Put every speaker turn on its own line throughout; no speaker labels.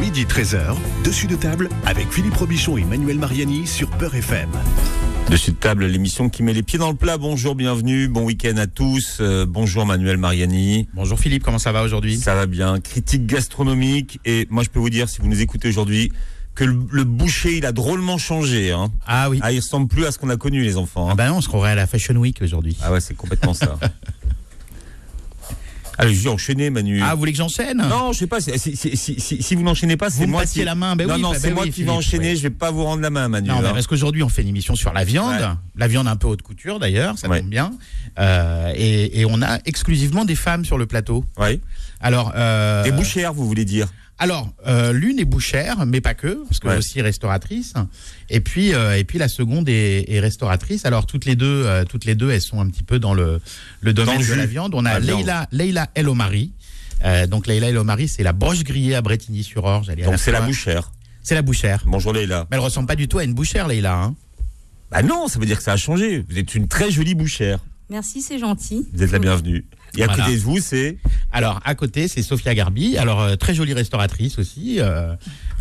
midi 13h, dessus de table avec Philippe Robichon et Manuel Mariani sur Peur FM.
Dessus de table, l'émission qui met les pieds dans le plat. Bonjour, bienvenue, bon week-end à tous. Euh, bonjour Manuel Mariani.
Bonjour Philippe, comment ça va aujourd'hui
Ça va bien. Critique gastronomique. Et moi, je peux vous dire, si vous nous écoutez aujourd'hui, que le, le boucher, il a drôlement changé. Hein.
Ah oui.
Ah, il ressemble plus à ce qu'on a connu, les enfants. hein.
Ah ben non, on se croirait à la Fashion Week aujourd'hui.
Ah ouais, c'est complètement ça. Allez, je vais enchaîner, Manu.
Ah, vous voulez que j'enchaîne
Non, je sais pas. c'est- Si, si- si- si- si vous n'enchaînez pas, c'est
me
moi
passiez
qui.
la main, ben
non,
oui,
non,
ben
c'est
oui,
moi qui vais
Philippe,
enchaîner.
oui.
Je vais pas vous rendre la main, Manu.
Non, mais
hein.
parce qu'aujourd'hui, on fait une émission sur la viande,
Ouais.
la viande un peu haute couture d'ailleurs, ça
Ouais.
tombe bien. Euh, et, et on a exclusivement des femmes sur le plateau.
Ouais.
Alors, euh,
Des bouchères, vous voulez dire
alors euh, l'une est bouchère, mais pas que, parce que
Ouais.
est aussi restauratrice. Et puis, euh, et puis la seconde est, est restauratrice. Alors toutes les deux, euh, toutes les deux, elles sont un petit peu dans le, le
le
domaine de
jus.
la viande. On a
La viande.
Leila, Leila El Omari. Euh, donc Leila El Omari, c'est la broche grillée à Bretigny-sur-Orge. Elle est à
Donc c'est la
fois-
bouchère.
C'est la bouchère.
Bonjour Leïla.
Mais elle ressemble pas du tout à une bouchère, Leila. Hein.
Bah non, ça veut dire que ça a changé. Vous êtes une très jolie bouchère.
Merci, c'est gentil.
Vous êtes la bienvenue. Et à
Voilà.
côté de vous, c'est
Alors, à côté, c'est Sophia Garbi, alors euh, très jolie restauratrice aussi. euh,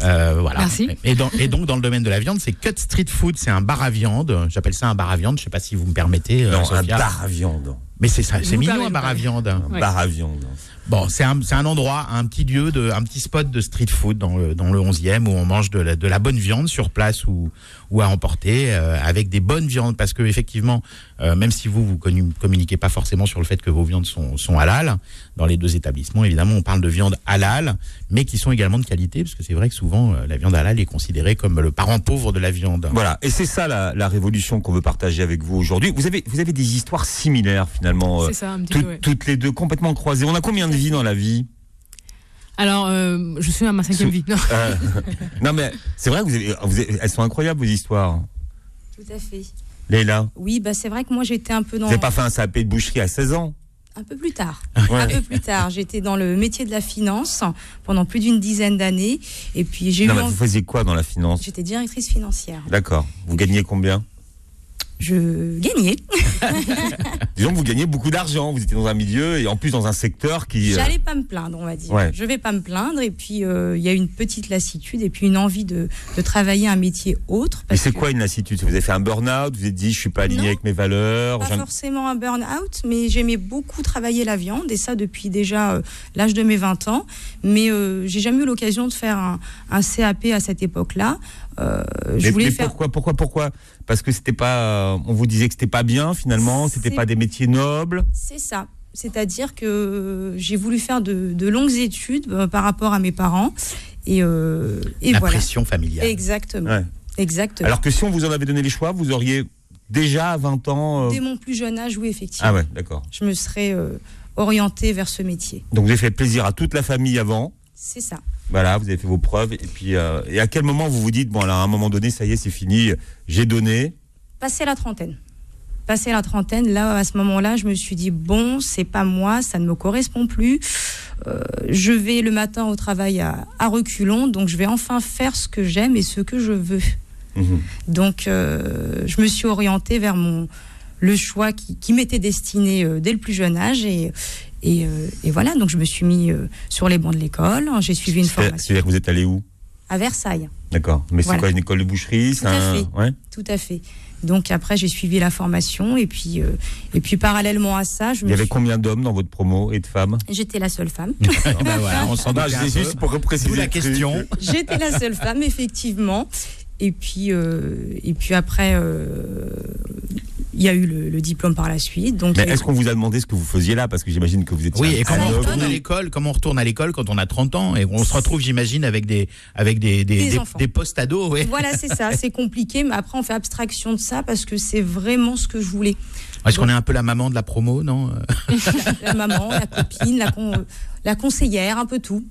euh, voilà.
Merci.
Et, dans- et donc, dans le domaine de la viande, c'est Cut Street Food, c'est un bar à viande. J'appelle ça un bar à viande, je sais pas si vous me permettez, euh,
non, un
Sophia.
bar à viande.
Mais c'est ça, c'est
Vous
mignon
parlez,
un
vous
bar à
parlez.
viande.
Un
Ouais.
bar à viande.
Bon, c'est un, c'est un endroit, un petit lieu, de, un petit spot de street food dans le, dans le 11e où on mange de la, de la bonne viande sur place ou, ou à emporter euh, avec des bonnes viandes parce que effectivement, euh, même si vous vous connu- communiquez pas forcément sur le fait que vos viandes sont, sont halal dans les deux établissements, évidemment, on parle de viande halal mais qui sont également de qualité parce que c'est vrai que souvent euh, la viande halal est considérée comme le parent pauvre de la viande.
Voilà. Et c'est ça la, la révolution qu'on veut partager avec vous aujourd'hui. Vous avez, vous avez des histoires similaires finalement. euh,
C'est ça, un petit
toutes-
peu, ouais.
Toutes les deux complètement croisées. On a combien de vies dans la vie
Alors, euh, je suis à ma cinquième
Sous-
vie. Non.
Euh, Non, mais c'est vrai que vous avez- vous avez- elles sont incroyables vos histoires.
Tout à fait.
Leïla,
Oui, bah c'est vrai que moi j'étais un peu
vous
dans
n'avez pas fait un CAP de boucherie à 16 ans
un peu plus tard.
Ouais.
Un peu plus tard, j'étais dans le métier de la finance pendant plus d'une dizaine d'années et puis j'ai eu
Non, mais vous
envie-
faisiez quoi dans la finance
j'étais directrice financière.
D'accord. Vous gagnez combien
Je gagnais.
Disons que vous gagnez beaucoup d'argent. Vous étiez dans un milieu et en plus dans un secteur qui. euh,
J'allais pas me plaindre, on va dire.
Ouais.
Je vais pas me plaindre et puis euh, il y a eu une petite lassitude et puis une envie de, de travailler un métier autre.
Mais
parce
c'est
que-
quoi une lassitude Vous avez fait un burn-out, vous avez dit je suis pas aligné
Non,
avec mes valeurs.
Pas
j'aime-
forcément un burn-out, mais j'aimais beaucoup travailler la viande, et ça depuis déjà euh, l'âge de mes 20 ans. Mais euh, j'ai jamais eu l'occasion de faire un, un CAP à cette époque-là. Euh, je
Mais-
voulais
mais
faire.
pourquoi pourquoi pourquoi Parce que c'était pas euh, on vous disait que c'était pas bien finalement, c'était
C'est-
pas des métiers nobles.
C'est ça. C'est-à-dire que euh, j'ai voulu faire de, de longues études euh, par rapport à mes parents. Et, euh, et
la
voilà.
pression familiale.
Exactement.
Ouais.
Exactement.
Alors que si on vous en avait donné les choix, vous auriez déjà à 20 ans euh,
Dès mon plus jeune âge, oui, effectivement.
Ah ouais, d'accord.
Je me serais euh, orientée vers ce métier.
Donc vous avez fait plaisir à toute la famille avant.
C'est ça.
Voilà, vous avez fait vos preuves et puis euh, et à quel moment vous vous dites bon là à un moment donné ça y est, c'est fini, j'ai donné.
Passer la trentaine. Passer la trentaine, là, à ce moment-là, je me suis dit, bon, c'est pas moi, ça ne me correspond plus. Euh, je vais le matin au travail à, à reculons, donc je vais enfin faire ce que j'aime et ce que je veux.
Mhm.
Donc, euh, je me suis orientée vers mon, le choix qui, qui m'était destiné euh, dès le plus jeune âge. Et, et, euh, et voilà, donc je me suis mis euh, sur les bancs de l'école, hein, j'ai suivi une
C'est-
formation
C'est-à-dire que vous êtes allé où
à Versailles.
D'accord. Mais c'est
Voilà.
quoi une école de boucherie
Tout à
c'est un-
fait.
ouais
Tout à fait. Donc après, j'ai suivi la formation et puis, euh, et puis parallèlement à ça, je
Il y
me
avait
suis-
combien d'hommes dans votre promo et de femmes
j'étais la seule femme.
Ben voilà, on s'en
Non,
doutait un
c'est
peu.
juste pour
D'où
préciser
la
le truc.
question.
j'étais la seule femme, effectivement. Et puis, euh, et puis après, euh, il y a eu le, le diplôme par la suite. Donc
Mais
j'ai-
est-ce qu'on vous a demandé ce que vous faisiez là Parce que j'imagine que vous étiez.
Oui,
un
et comment
Ah,
on
oui.
retourne à l'école, comment on retourne à l'école quand on a 30 ans et on se retrouve, j'imagine, avec des avec des des,
Des
des,
enfants.
des post-ados, ouais.
voilà, c'est ça, c'est compliqué, mais après on fait abstraction de ça parce que c'est vraiment ce que je voulais.
Est-ce qu'on est un peu la maman de la promo, non euh,
La maman, la copine, la, con- la conseillère, un peu tout.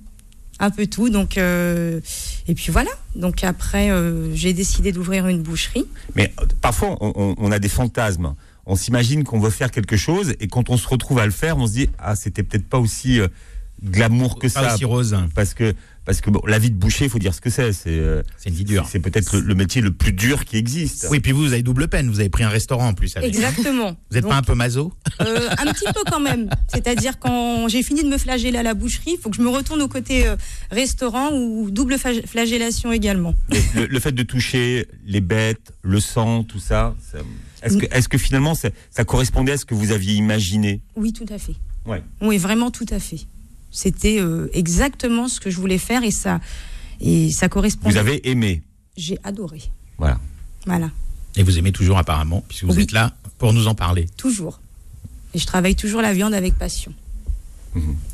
Un peu tout. Donc, euh, et puis voilà. Donc après, euh, j'ai décidé d'ouvrir une boucherie.
Mais euh, parfois, on, on- on a des fantasmes. On s'imagine qu'on veut faire quelque chose et quand on se retrouve à le faire, on se dit ah c'était peut-être pas aussi euh, glamour que
Pas
ça.
aussi rose. hein.
Parce que, parce que bon, la vie de boucher, il faut dire ce que c'est. C'est euh,
C'est une vie dure.
c'est peut-être le, le métier le plus dur qui existe.
Oui, puis vous, vous avez double peine. Vous avez pris un restaurant en plus. Avec.
Exactement.
Vous n'êtes
Donc,
pas un peu maso
euh, un petit peu quand même. C'est-à-dire quand j'ai fini de me flageller à la boucherie, il faut que je me retourne au côté euh, restaurant ou double flag- flagellation également.
Le, le fait de toucher les bêtes, le sang, tout ça. ça- Est-ce que, est que finalement, ça, ça correspondait à ce que vous aviez imaginé
Oui, tout à fait.
Ouais.
Oui, vraiment tout à fait. C'était euh, exactement ce que je voulais faire et ça, et ça correspond.
Vous avez aimé.
J'ai adoré.
Voilà.
Voilà,
Et vous aimez toujours apparemment, puisque vous
Oui.
êtes là pour nous en parler.
toujours. Et je travaille toujours la viande avec passion.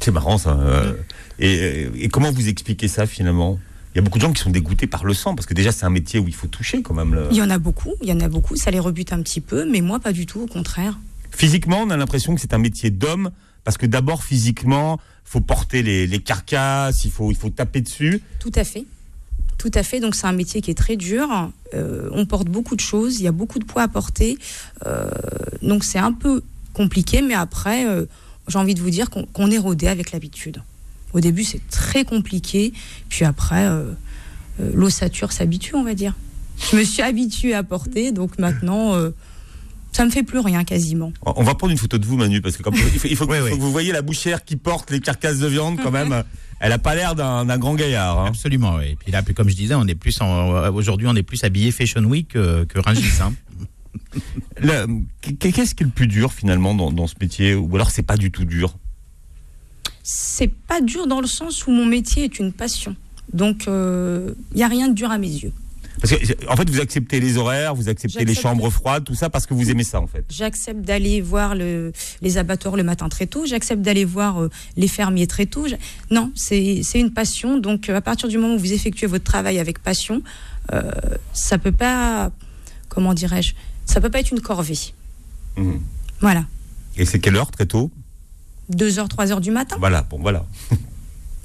C'est marrant ça. euh, Et, euh, et comment vous expliquez ça finalement Il y a beaucoup de gens qui sont dégoûtés par le sang parce que déjà c'est un métier où il faut toucher quand même. le-
Il y en a beaucoup, il y en a beaucoup, ça les rebute un petit peu, mais moi pas du tout, au contraire.
Physiquement, on a l'impression que c'est un métier d'homme parce que d'abord physiquement, faut porter les, les carcasses, il faut il faut taper dessus.
Tout à fait. Tout à fait, donc c'est un métier qui est très dur. Euh, on porte beaucoup de choses, il y a beaucoup de poids à porter. Euh, donc c'est un peu compliqué, mais après, euh, j'ai envie de vous dire qu'on qu'on est rodé avec l'habitude. Au début, c'est très compliqué, puis après, euh, euh, l'ossature s'habitue, on va dire. Je me suis habituée à porter, donc maintenant, euh, ça me fait plus rien quasiment.
On on va prendre une photo de vous Manu parce que comme il faut, il faut-
Ouais,
il faut
ouais.
que vous voyez la bouchère qui porte les carcasses de viande quand même. Elle a pas l'air d'un d'un grand gaillard. hein.
Absolument. oui. Et puis là, puis comme je disais, on est plus en- aujourd'hui, on est plus habillé Fashion Week que, que Rungis. hein.
Le- Qu'est-ce qui est le plus dur finalement dans, dans ce métier ou alors c'est pas du tout dur
c'est pas dur dans le sens où mon métier est une passion. Donc, il n'y a rien de dur à mes yeux.
Parce que en fait vous acceptez les horaires, vous acceptez les
J'accepte.
chambres froides, tout ça parce que vous aimez ça en fait.
J'accepte d'aller voir le- les abattoirs le matin très tôt, j'accepte d'aller voir euh, les fermiers très tôt. J'a- Non, c'est c'est une passion. Donc, euh, à partir du moment où vous effectuez votre travail avec passion, euh, ça peut pas, comment dirais-je, ça peut pas être une corvée.
Mhm.
Voilà.
Et c'est quelle heure très tôt
2 heures, 3 heures du matin.
Voilà, bon voilà.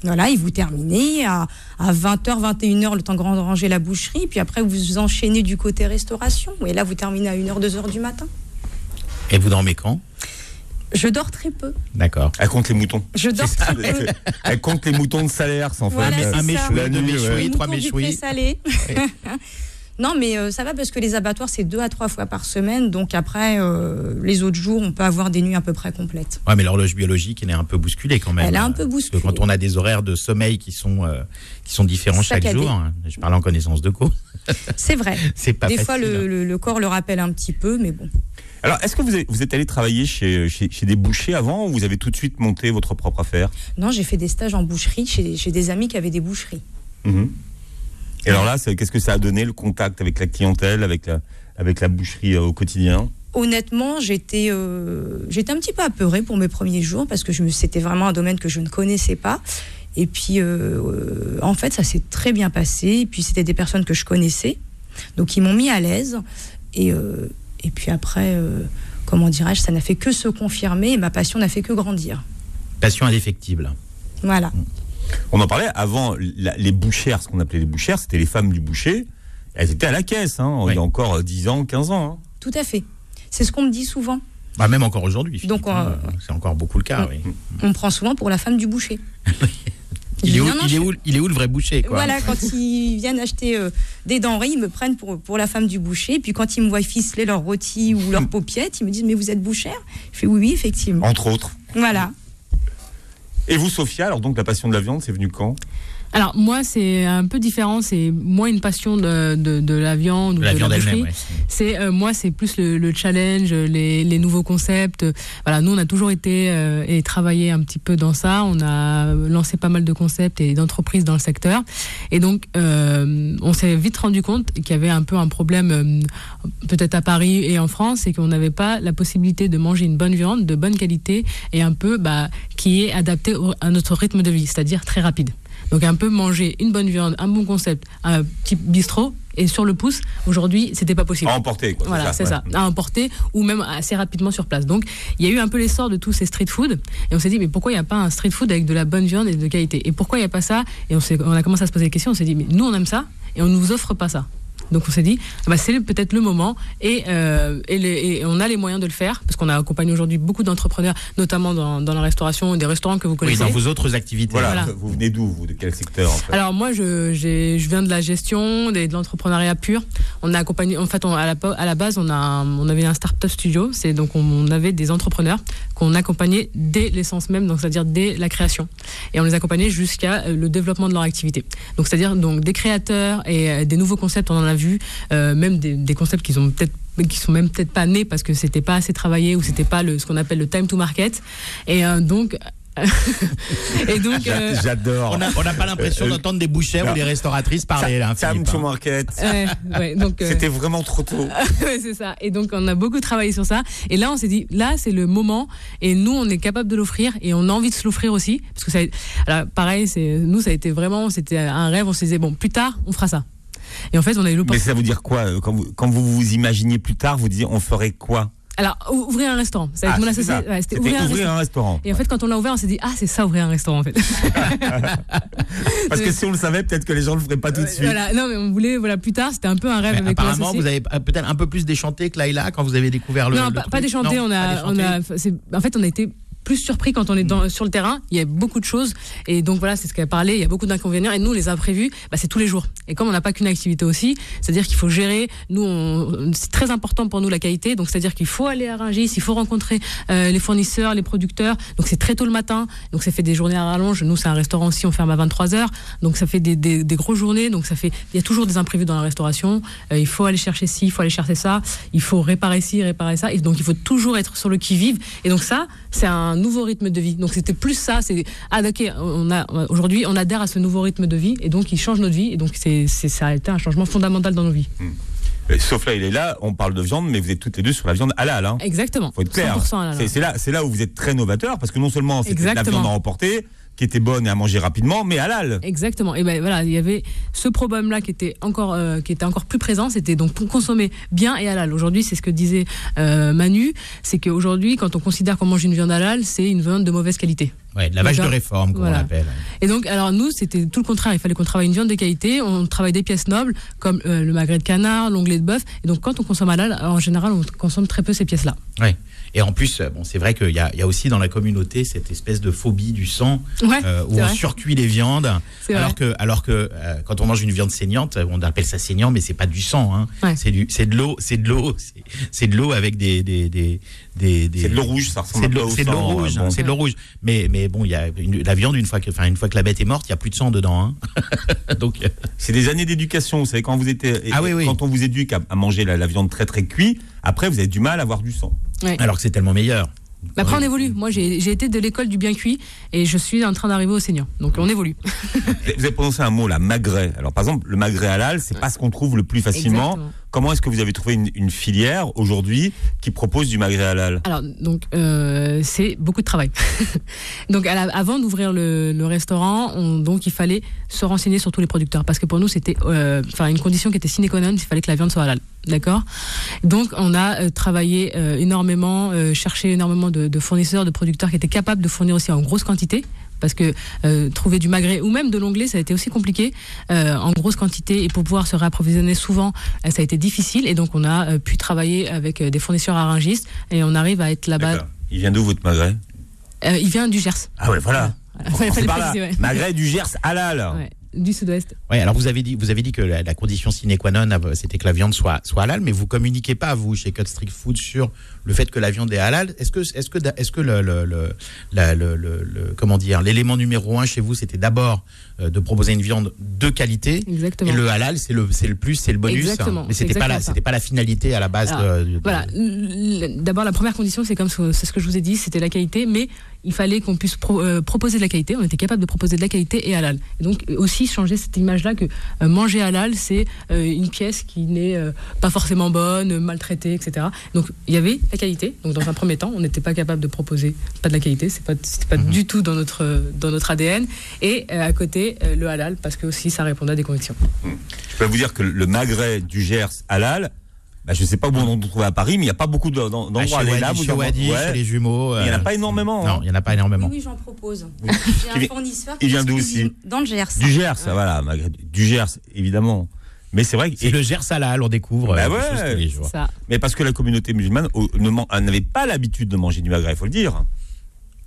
Voilà, et vous terminez à, à 20h, 21h, le temps de ranger la boucherie, puis après vous enchaînez du côté restauration, et là vous terminez à 1h, 2h du matin.
Et vous dormez quand
Je dors très peu.
D'accord.
Elle compte les moutons.
Je dors
Ah
très peu.
Elle compte les moutons de salaire, sans
Voilà,
faire.
c'est Un méchoui,
La
deux
nuit,
méchouis.
ouais.
Les
trois
moutons du
méchouis.
pré salé. Non, mais euh, ça va parce que les abattoirs, c'est deux à trois fois par semaine. Donc après, euh, les autres jours, on peut avoir des nuits à peu près complètes.
Ouais, mais l'horloge biologique, elle est un peu bousculée quand même.
Elle est un
Euh,
peu
parce que
bousculée.
Quand on a des horaires de sommeil qui sont, euh, qui sont différents chaque
Saccadés.
jour, hein, je parle en connaissance de cause,
C'est vrai.
c'est pas
Des
facile. hein.
fois, le, le- le corps le rappelle un petit peu, mais bon.
Alors, est-ce que vous, avez- vous êtes allé travailler chez, chez, chez des bouchers avant ou vous avez tout de suite monté votre propre affaire
Non, j'ai fait des stages en boucherie chez- chez des amis qui avaient des boucheries.
Mhm. Et alors là, c'est- qu'est-ce que ça a donné le contact avec la clientèle, avec la, avec la boucherie euh, au quotidien
Honnêtement, j'étais euh, j'étais un petit peu apeurée pour mes premiers jours parce que je me c'était vraiment un domaine que je ne connaissais pas. Et puis euh, euh, en fait, ça s'est très bien passé. Et puis c'était des personnes que je connaissais, donc ils m'ont mis à l'aise. Et euh, et puis après, euh, comment dirais-je, ça n'a fait que se confirmer et ma passion n'a fait que grandir.
Passion indéfectible.
Voilà.
Mm.
On en parlait avant, la- les bouchères, ce qu'on appelait les bouchères, c'était les femmes du boucher. Elles étaient à la caisse, hein, il
Oui.
y a encore euh, 10 ans, 15 ans. hein.
Tout à fait. C'est ce qu'on me dit souvent.
Bah, même encore aujourd'hui.
Donc,
Philippe, hein,
on-
euh, c'est encore beaucoup le cas.
on-
oui.
On me prend souvent pour la femme du boucher. Je
Il,
dis,
est où,
non, non,
il,
je
est où, il est où le vrai boucher quoi
Voilà, quand ils viennent acheter euh, des denrées, ils me prennent pour, pour la femme du boucher. Puis quand ils me voient ficeler leur rôti ou leur paupiette, ils me disent Mais vous êtes bouchère Je fais Oui, oui, effectivement.
Entre autres.
Voilà.
Et vous, Sophia, alors donc la passion de la viande, c'est venu quand
Alors moi c'est un peu différent, c'est moins une passion de, de, de la viande ou
La
de
viande
la
elle-même,
boucherie.
ouais.
C'est euh, moi c'est plus le, le challenge, les, les nouveaux concepts. Voilà, nous on a toujours été euh, et travaillé un petit peu dans ça. On a lancé pas mal de concepts et d'entreprises dans le secteur. Et donc euh, on s'est vite rendu compte qu'il y avait un peu un problème euh, peut-être à Paris et en France et qu'on n'avait pas la possibilité de manger une bonne viande de bonne qualité et un peu bah, qui est adaptée au- à notre rythme de vie, c'est-à-dire très rapide. Donc un peu manger une bonne viande, un bon concept, un petit bistrot et sur le pouce. Aujourd'hui, c'était pas possible.
À emporter, quoi.
Voilà, c'est
ouais.
ça, à emporter ou même assez rapidement sur place. Donc, il y a eu un peu l'essor de tous ces street food et on s'est dit, mais pourquoi il n'y a pas un street food avec de la bonne viande et de qualité Et pourquoi il n'y a pas ça Et on, s'est- on a commencé à se poser des questions, on s'est dit, mais nous on aime ça et on ne nous offre pas ça. Donc on s'est dit, ah bah, c'est peut-être le moment et, euh, et, les- et on a les moyens de le faire parce qu'on a accompagné aujourd'hui beaucoup d'entrepreneurs, notamment dans, dans la restauration, des restaurants que vous
Oui,
connaissez.
dans vos autres activités.
Voilà,
Voilà.
vous venez d'où, vous De quel secteur en fait
Alors moi, je, j'ai- je viens de la gestion, des- de l'entrepreneuriat pur. On a accompagné, en fait, on- à, la, po- à la base, on, a, un- on avait un start-up studio. C'est donc on, on avait des entrepreneurs qu'on accompagnait dès l'essence même, donc c'est-à-dire dès la création, et on les accompagnait jusqu'à euh, le développement de leur activité. Donc c'est-à-dire donc des créateurs et euh, des nouveaux concepts, on en a vu, euh, même des, des concepts qu'ils ont peut-être qui sont même peut-être pas nés parce que c'était pas assez travaillé ou c'était pas le, ce qu'on appelle le time to market et euh, donc et donc euh,
J'adore.
On n'a on n'a pas l'impression
Euh,
d'entendre des bouchères
là.
ou des restauratrices parler là.
Sam
Philippe,
to
hein.
Market.
ouais, ouais, donc euh,
C'était vraiment trop tôt.
Ouais, c'est ça. Et donc, on a beaucoup travaillé sur ça. Et là, on s'est dit, là, c'est le moment. Et nous, on est capable de l'offrir. Et on a envie de se l'offrir aussi. Parce que ça, alors, pareil, c'est, nous, ça a été vraiment, c'était un rêve. On se disait, bon, plus tard, on fera ça. Et en fait, on a eu
Mais
l'opportunité.
ça veut dire quoi euh, quand vous, quand vous vous imaginiez plus tard, vous disiez on ferait quoi
Alors, ou- ouvrir un restaurant. Ça, avec
Ah,
mon
c'est
associé,
ça.
ouais,
C'était ouvrir, un restaurant.
Et en fait, quand on l'a ouvert, on s'est dit, ah, c'est ça, ouvrir un restaurant, en fait.
Parce que si on le savait, peut-être que les gens le feraient pas tout de suite.
Euh. voilà. Non, mais on voulait, voilà, plus tard, c'était un peu un rêve
Mais
avec mon
apparemment,
associé.
vous avez euh, peut-être un peu plus déchanté que Laila quand vous avez découvert le.
non,
le
pas,
truc.
pas déchanté.
Non,
on a,
pas
on
déchanté. Mm.
a, c'est- en fait, on a été plus surpris quand on est dans, sur le terrain. Il y a beaucoup de choses. Et donc, voilà, c'est ce qu'elle a parlé. Il y a beaucoup d'inconvénients. Et nous, on les a prévus, bah, c'est tous les jours. Et comme on n'a pas qu'une activité aussi, c'est-à-dire qu'il faut gérer. Nous, on- c'est très important pour nous la qualité. Donc, c'est-à-dire qu'il faut aller à Rungis, il faut rencontrer euh, les fournisseurs, les producteurs. Donc, c'est très tôt le matin. Donc, ça fait des journées à rallonge. Nous, c'est un restaurant aussi, on ferme à 23h. Donc, ça fait des, des, des grosses journées. Donc, ça fait, il y a toujours des imprévus dans la restauration. Euh, il faut aller chercher ci, il faut aller chercher ça. Il faut réparer ci, réparer ça. Et donc, il faut toujours être sur le qui-vive. Et donc, ça, c'est un nouveau rythme de vie. Donc, c'était plus ça. C'est, ah, ok, on a, aujourd'hui, on adhère à ce nouveau rythme de vie. Et donc, il change notre vie. Et donc, c'est, c'est, ça a été un changement fondamental dans nos vies.
Et Sauf là, il est là, on parle de viande, mais vous êtes toutes les deux sur la viande halal. Hein.
Exactement.
Faut être clair.
100% à la-
C'est c'est là, c'est là où vous êtes très novateur, parce que non seulement c'était de la
Exactement.
viande à emporter, qui était bonne et à manger rapidement, mais halal.
Exactement. Et ben voilà, il y avait ce problème-là qui était encore euh, qui était encore plus présent. C'était donc pour consommer bien et halal. Aujourd'hui, c'est ce que disait euh, Manu, c'est qu'aujourd'hui, quand on considère qu'on mange une viande halal, c'est une viande de mauvaise qualité.
Ouais, de la vache de
Déjà.
réforme, comme on
Voilà.
l'appelle.
Et donc, alors nous, c'était tout le contraire. Il fallait qu'on travaille une viande de qualité. On travaille des pièces nobles comme euh, le magret de canard, l'onglet de bœuf. Et donc, quand on consomme halal, en général, on consomme très peu ces pièces-là.
Ouais. Et en plus, euh, bon, c'est vrai qu'il y, a- il y a aussi dans la communauté cette espèce de phobie du sang
Ouais,
euh, où
c'est
on
vrai.
surcuit les viandes.
C'est
Alors
vrai.
que, alors que euh, quand on mange une viande saignante, euh, on appelle ça saignant, mais c'est pas du sang. Hein.
Ouais.
C'est du, c'est de l'eau, c'est de l'eau, c'est- c'est de l'eau avec des, des, des, des, des-
C'est de l'eau rouge, ça ressemble
C'est de
un
l'eau,
peu au
c'est de l'eau
sang,
rouge,
euh, bon.
hein, c'est de l'eau rouge. Mais, mais bon, il y a une- la viande une fois que, enfin une fois que la bête est morte, il y a plus de sang dedans. hein. Donc euh,
C'est des années d'éducation. Vous savez, quand vous étiez,
Ah oui, oui.
quand on vous éduque à, à manger la, la viande très très cuite, après vous avez du mal à avoir du sang.
Ouais.
alors euh, que c'est tellement meilleur.
Mais après, on évolue. Moi, j'ai j'ai été de l'école du bien cuit et je suis en train d'arriver au Seigneur. Donc, on évolue.
Vous avez prononcé un mot là, magret. Alors par exemple, le magret halal, c'est pas ce qu'on trouve le plus facilement.
Exactement.
Comment est-ce que vous avez trouvé une, une filière aujourd'hui qui propose du magret halal
Alors, donc, euh, c'est beaucoup de travail. donc, à la- avant d'ouvrir le, le restaurant, on- donc, il fallait se renseigner sur tous les producteurs. Parce que pour nous, c'était euh, enfin, une condition qui était sine qua non, il fallait que la viande soit halal. D'accord Donc, on a euh, travaillé euh, énormément, euh, cherché énormément de, de fournisseurs, de producteurs qui étaient capables de fournir aussi en grosse quantité. Parce que euh, trouver du magret ou même de l'onglet, ça a été aussi compliqué euh, en grosse quantité et pour pouvoir se réapprovisionner souvent, euh, ça a été difficile. Et donc, on a euh, pu travailler avec euh, des fournisseurs arrangistes et on arrive à
Eh
être
ben,
là-bas
D'accord. Bah. Il vient d'où votre magret
euh, il vient du Gers.
Ah ouais, voilà.
Voilà. Fallait-
C'est
fallait
par là. Ah.
préciser, ouais.
Magret du Gers halal.
Ouais, du sud-ouest.
Ouais, alors vous avez dit, vous avez dit que la, la condition sine qua non, euh, c'était que la viande soit, soit halal, mais vous communiquez pas, vous, chez Cut Street Food, sur le fait que la viande est halal. Est-ce que, est-ce que, da- est-ce que le, le, le, la- le- le- le- comment dire, l'élément numéro un chez vous, c'était d'abord euh, de proposer une viande de qualité.
Exactement.
Et le halal, c'est le, c'est le plus, c'est le bonus.
Exactement,
Mais
c'est
c'était pas la,
exactement ça.
c'était pas la finalité à la base.
Alors,
de- de-
Voilà. L- l- D'abord, la première condition, c'est comme ce, c'est ce que je vous ai dit, c'était la qualité, mais il fallait qu'on puisse pro- euh, proposer de la qualité. On était capable de proposer de la qualité et halal. Et donc euh, aussi changer cette image-là que euh, manger halal, c'est euh, une pièce qui n'est euh, pas forcément bonne, euh, maltraitée, etc. Donc il y avait la qualité. Donc dans un premier temps, on n'était pas capable de proposer pas de la qualité. C'est pas, c'était
Mhm.
pas du tout dans notre euh, dans notre ADN. Et euh, à côté, euh, le halal, parce que aussi ça répondait à des convictions.
Je peux vous dire que le magret du Gers halal, bah, je ne sais pas où on en trouve à Paris, mais il n'y a pas beaucoup d'en- d'en-
Ah,
d'endroits.
chez
Allez là,
Wadi,
vous
chez
en-
Wadi,
ouais.
chez les jumeaux.
Il n'y en a
euh,
pas énormément. hein.
Non, il y en a pas énormément.
Oui, oui, j'en propose.
Il
J'ai
vient-
un fournisseur
il vient d'où
cuisine
aussi
Dans le Gers.
Du Gers, voilà, malgré- du Gers, évidemment. Mais c'est vrai. que-
C'est
et-
le Gersalal, on découvre
Bah
euh, des
ouais.
choses tous les jours.
Ça.
Mais parce que la communauté musulmane oh, ne man- n'avait pas l'habitude de manger du magret, il faut le dire.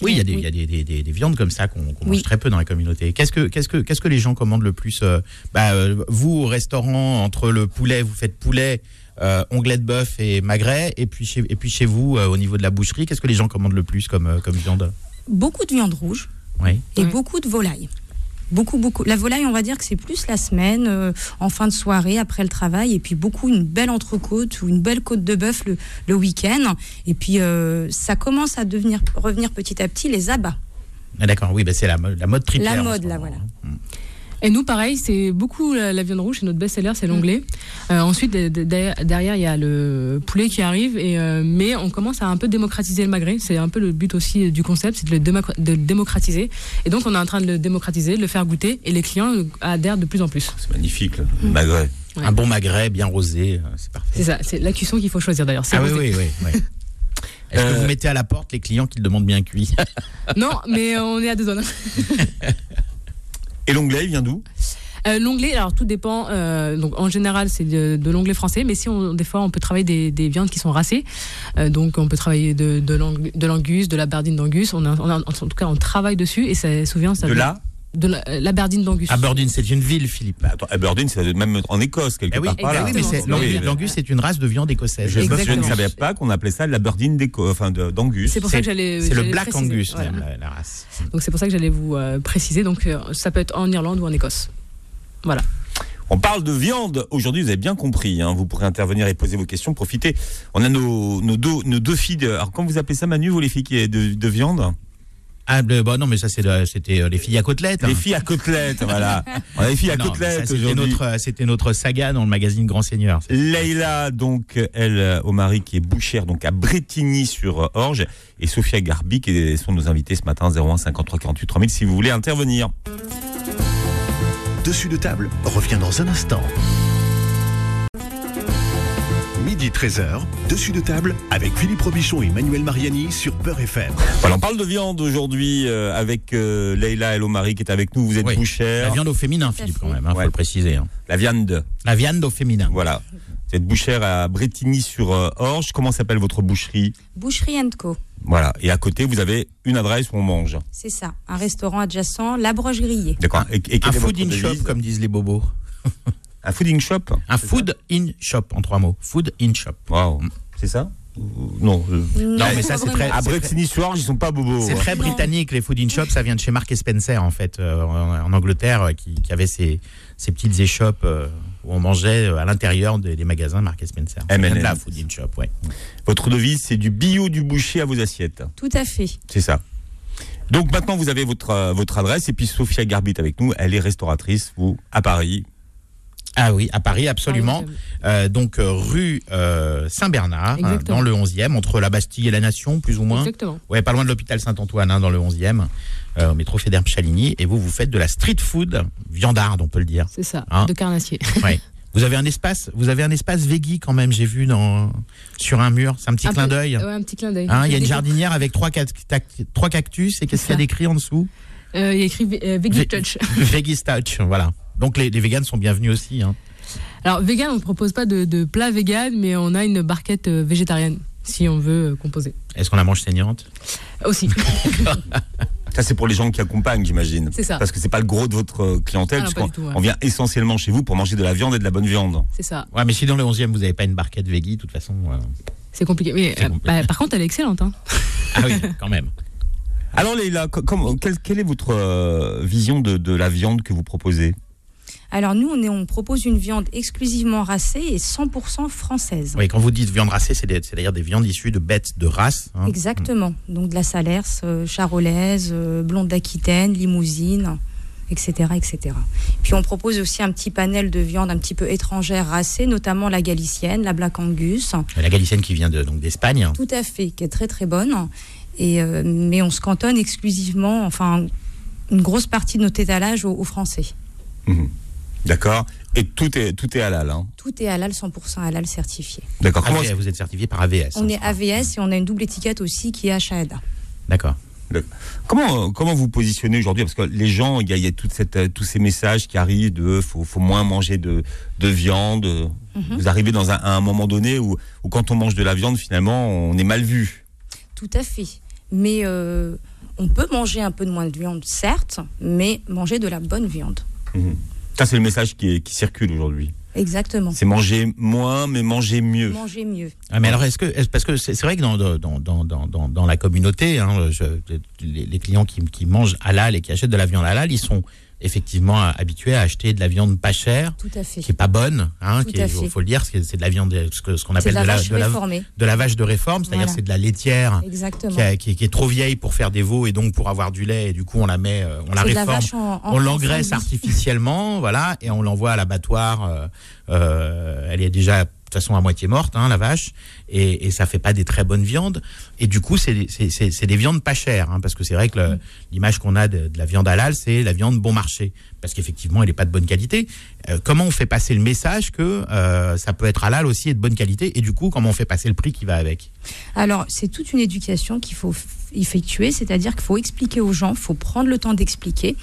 Oui, il y a des,
Oui.
il y a des, des- des- des viandes comme ça qu'on qu'on
Oui.
mange très peu dans la communauté. Qu'est-ce que, qu'est-ce que, qu'est-ce que les gens commandent le plus euh, bah, euh, Vous, au restaurant, entre le poulet, vous faites poulet, euh, onglet de bœuf et magret. Et puis chez, et puis chez vous, euh, au niveau de la boucherie, qu'est-ce que les gens commandent le plus comme, euh, comme viande
Beaucoup de viande rouge.
Oui.
et
Ouais.
beaucoup de volailles. Beaucoup, beaucoup. La volaille, on va dire que c'est plus la semaine, euh, en fin de soirée, après le travail, et puis beaucoup une belle entrecôte ou une belle côte de bœuf le, le week-end. Et puis euh, ça commence à devenir, revenir petit à petit les abats.
Ah, D'accord, oui, bah, c'est la, mo- la mode triple.
La mode, là, voilà.
Et nous, pareil, c'est beaucoup la, la viande rouge, c'est notre best-seller, c'est l'anglais.
Mm.
Euh, ensuite, de- de- derrière, derrière, il y a le poulet qui arrive, et, euh, mais on commence à un peu démocratiser le magret. C'est un peu le but aussi euh, du concept, c'est de le, démocra- de le démocratiser. Et donc, on est en train de le démocratiser, de le faire goûter, et les clients euh, adhèrent de plus en plus.
C'est magnifique, le
Mm.
magret.
Un bon magret bien rosé, euh, c'est parfait.
C'est ça, c'est la cuisson qu'il faut choisir d'ailleurs. c'est
Ah oui,
rosé.
oui, oui. oui. Est-ce que
Euh,
vous mettez à la porte les clients qui le demandent bien cuit
Non, mais on est à deux doigts.
Et l'onglet, il vient d'où
Euh, l'onglet, alors tout dépend. euh, donc en général, c'est de, de l'onglet français, mais si on, des fois, on peut travailler des, des viandes qui sont racées. Euh, donc on peut travailler de, de, l'ang- de l'angus, de la bardine d'angus. On a- on a- en tout cas, on travaille dessus et ça souvent ça.
De
vient-
là
De la, euh, la bardine d'angus.
Aberdeen, c'est une ville, Philippe.
Bah, Attends, Aberdeen, c'est même en Écosse, quelque
Eh Ah oui,
part. par
eh
là.
oui, mais c'est-
Exactement.
l'angus,
Oui,
l'angus, c'est une race de viande écossaise.
Je, je ne
Exactement.
savais pas qu'on appelait ça l'Aberdeen d'Éco- enfin, de- d'Angus.
C'est pour ça que j'allais.
C'est le
j'allais
Black
préciser.
Angus,
Voilà.
même, la, la race.
Donc c'est pour ça que j'allais vous euh, préciser. Donc euh, ça peut être en Irlande ou en Écosse. Voilà.
On parle de viande. Aujourd'hui, vous avez bien compris. hein. Vous pourrez intervenir et poser vos questions. Profitez. On a nos, nos, deux, nos deux filles. de- Alors, quand vous appelez ça, Manu, vous, les filles qui est de, de viande
Ah, le- bah non, mais ça, c'est la- c'était euh, les filles à côtelettes.
Les
hein. Ah,
filles à côtelettes, voilà. On a les filles à
Non, mais ça,
côtelettes
c'était
aujourd'hui.
notre, euh, c'était notre saga dans le magazine Grand Seigneur.
Leïla, donc, elle, euh, au mari qui est bouchère, donc à Bretigny-sur-Orge, et Sophia Garbi, qui sont nos invités ce matin, 01 53 48 3000, si vous voulez intervenir.
Dessus de table revient dans un instant. Midi 13h, dessus de table avec Philippe Robichon et Manuel Mariani sur Peur FM.
Voilà, on parle de viande aujourd'hui euh, avec euh, Leïla El Omari qui est avec nous. Vous êtes
Oui.
bouchère.
La viande au féminin, Philippe, quand même, il
Ouais.
faut le préciser. hein.
La viande,
La viande au féminin.
voilà. Vous êtes bouchère à Bretigny-sur-Orge. Comment s'appelle votre boucherie
Boucherie Co.
Voilà. Et à côté, vous avez une adresse où on mange.
C'est ça, un restaurant adjacent, La Broche Grillée.
D'accord. Et, et quelle
Un
est votre
food in Ah, shop,
devise
comme disent les bobos.
Un fooding shop
Un food in shop, en trois mots. Food in shop.
Wow.
Mm.
C'est ça Ou- Non. euh,
Non, mais ça,
pas
c'est
vraiment.
très-
À Bretigny-sur-Orge, ils sont pas bobos.
C'est
hein.
très britannique, les food in shop, ça vient de chez Mark Spencer, en fait, euh, en, en Angleterre, euh, qui, qui avait ces, ces petites échoppes euh, où on mangeait euh, à l'intérieur des, des magasins Mark Spencer. Ça vient de
M&M.
La food in shop, ouais.
Votre devise, c'est du bio du boucher à vos assiettes.
Tout à fait.
C'est ça. Donc maintenant, vous avez votre, euh, votre adresse. Et puis, Sophia Garbit avec nous. Elle est restauratrice, vous, à Paris.
Ah oui, à Paris, absolument.
Ah oui,
Euh, donc euh, rue euh, Saint-Bernard, hein,
Exactement.
dans le 11e, entre la Bastille et la Nation, plus ou moins.
Exactement.
Ouais, pas loin de l'hôpital Saint-Antoine, hein, dans le 11e, euh, au métro Fédère Chaligny. Et vous, vous faites de la street food, viandarde, on peut le dire.
C'est ça.
Hein.
De carnassier.
Ouais. Vous avez un espace, vous avez un espace veggie quand même, j'ai vu dans, sur un mur. C'est un petit
Un
clin
peu-
d'œil.
Ouais, un petit clin d'œil.
Hein, il y a une
Des-
jardinière avec trois, cac- tac- trois cactus et qu'est-ce qu'il y a
ça.
décrit en dessous
Euh, il y a écrit euh, Veggie
Ve-
Touch.
Veggie touch, voilà. Donc les, les véganes sont bienvenus aussi. hein.
Alors, vegan, on ne propose pas de, de plat vegan, mais on a une barquette euh, végétarienne, si on veut euh, composer.
Est-ce qu'on la mange saignante
Aussi.
Ça, c'est pour les gens qui accompagnent, j'imagine.
C'est ça.
Parce que c'est pas le gros de votre euh, clientèle.
Ah non,
parce
pas
qu'on-
du tout, ouais.
on vient essentiellement chez vous pour manger de la viande et de la bonne viande.
C'est ça.
Ouais, mais si dans le 11e vous n'avez pas une barquette veggie, de toute façon. euh,
C'est compliqué. Mais
C'est
euh,
compliqué.
bah, par contre, elle est excellente. hein.
Ah oui, quand même.
Alors, Leïla, co- comme- quelle, quelle est votre euh, vision de, de la viande que vous proposez
Alors nous, on, est- on propose une viande exclusivement racée et 100% française.
Oui, quand vous dites viande racée, c'est des- c'est-à-dire des viandes issues de bêtes de race. hein.
Exactement. Donc de la Salers, euh, Charolaise, euh, Blonde d'Aquitaine, Limousine, etc., etc. Puis on propose aussi un petit panel de viandes un petit peu étrangères racées, notamment la galicienne, la Black Angus,
La galicienne qui vient de- donc d'Espagne. hein.
tout à fait, qui est très très bonne. Et, euh, mais on se cantonne exclusivement, enfin une grosse partie de notre étalage aux, aux Français.
Mhm. D'accord Et tout est, tout est halal. Hein
Tout est halal, 100% halal certifié.
D'accord. Comment-
AVS, vous êtes certifié par AVS.
On
hein,
est
je crois.
AVS et on a une double étiquette aussi qui est à Shahada.
D'accord.
Comment, comment vous positionnez aujourd'hui Parce que les gens, il y a, il y a toute cette, euh, tous ces messages qui arrivent de faut, faut moins manger de, de viande.
Mhm.
Vous arrivez dans un, à un moment donné où, où quand on mange de la viande, finalement, on est mal vu.
Tout à fait. Mais euh, on peut manger un peu de moins de viande, certes, mais manger de la bonne viande.
Ça, c'est le message qui, est- qui circule aujourd'hui.
Exactement.
C'est manger moins, mais manger mieux.
Manger mieux.
Ah, mais alors, est-ce que, est-ce- parce que c'est c'est vrai que dans, dans, dans, dans, dans, dans la communauté, hein, je- les, les clients qui, qui mangent halal et qui achètent de la viande halal, ils sont effectivement habitués à acheter de la viande pas chère,
Tout à fait.
qui est pas bonne, hein,
Tout
qui est,
à fait.
faut le dire, c'est c'est de la viande, ce que- ce qu'on
C'est
appelle
de la vache
de, la,
réformée.
de la vache de réforme, c'est-à-dire
Voilà.
c'est de la laitière
Exactement.
qui, a- qui est- qui est trop vieille pour faire des veaux et donc pour avoir du lait, et du coup on la met, euh, on la
C'est de la
réforme,
vache en- en-
on l'engraisse
en sandwich.
artificiellement, voilà, et on l'envoie à l'abattoir. euh, euh, elle est déjà de toute façon à moitié morte, hein, la vache, et, et ça fait pas des très bonnes viandes. Et du coup, c'est des- c'est- c'est c'est des viandes pas chères, hein, parce que c'est vrai que
Mm.
le- l'image qu'on a de, de la viande halal, c'est la viande bon marché, parce qu'effectivement, elle est pas de bonne qualité. Euh, comment on fait passer le message que euh, ça peut être halal aussi et de bonne qualité, et du coup, comment on fait passer le prix qui va avec
Alors, c'est toute une éducation qu'il faut f- effectuer, c'est-à-dire qu'il faut expliquer aux gens, il faut prendre le temps d'expliquer.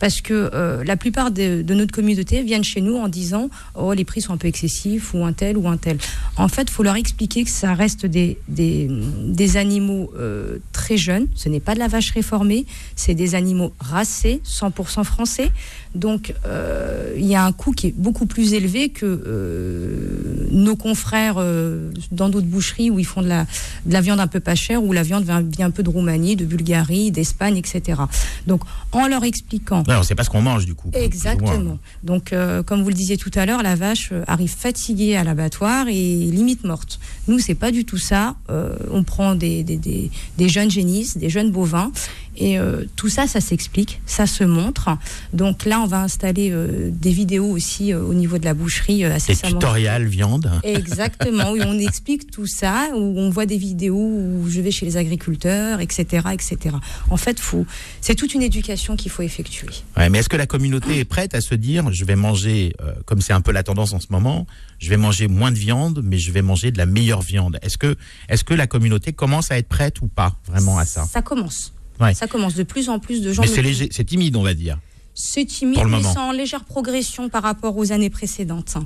Parce que euh, la plupart de, de notre communauté viennent chez nous en disant Oh, les prix sont un peu excessifs, ou un tel, ou un tel. En fait, il faut leur expliquer que ça reste des, des, des animaux euh, très jeunes. Ce n'est pas de la vache réformée, c'est des animaux racés, 100% français. Donc, euh, il y a un coût qui est beaucoup plus élevé que euh, nos confrères euh, dans d'autres boucheries où ils font de la, de la viande un peu pas chère, où la viande vient- vient un peu de Roumanie, de Bulgarie, d'Espagne, etc. Donc, en leur expliquant
Ouais, on sait pas ce qu'on mange du coup. plus- plus loin.
Exactement. Donc, euh, comme vous le disiez tout à l'heure, la vache euh, arrive fatiguée à l'abattoir et limite morte. Nous, c'est pas du tout ça. Euh, on prend des, des, des, des jeunes génisses, des jeunes bovins, et euh, tout ça, ça s'explique, ça se montre. Donc là, on va installer euh, des vidéos aussi euh, au niveau de la boucherie euh,
Des
incessamment.
tutoriels viande.
Exactement, où on explique tout ça, où on voit des vidéos où je vais chez les agriculteurs, etc., etc. En fait, faut, c'est toute une éducation qu'il faut effectuer.
Ouais, mais est-ce que la communauté est prête à se dire je vais manger, euh, comme c'est un peu la tendance en ce moment, je vais manger moins de viande, mais je vais manger de la meilleure viande Est-ce que, est que la communauté commence à être prête ou pas vraiment à ça
commence.
Ouais.
Ça commence de plus en plus de gens.
Mais
le-
c'est léger- c'est timide, on va dire.
C'est timide,
pour le
mais
moment.
c'est en légère progression par rapport aux années précédentes.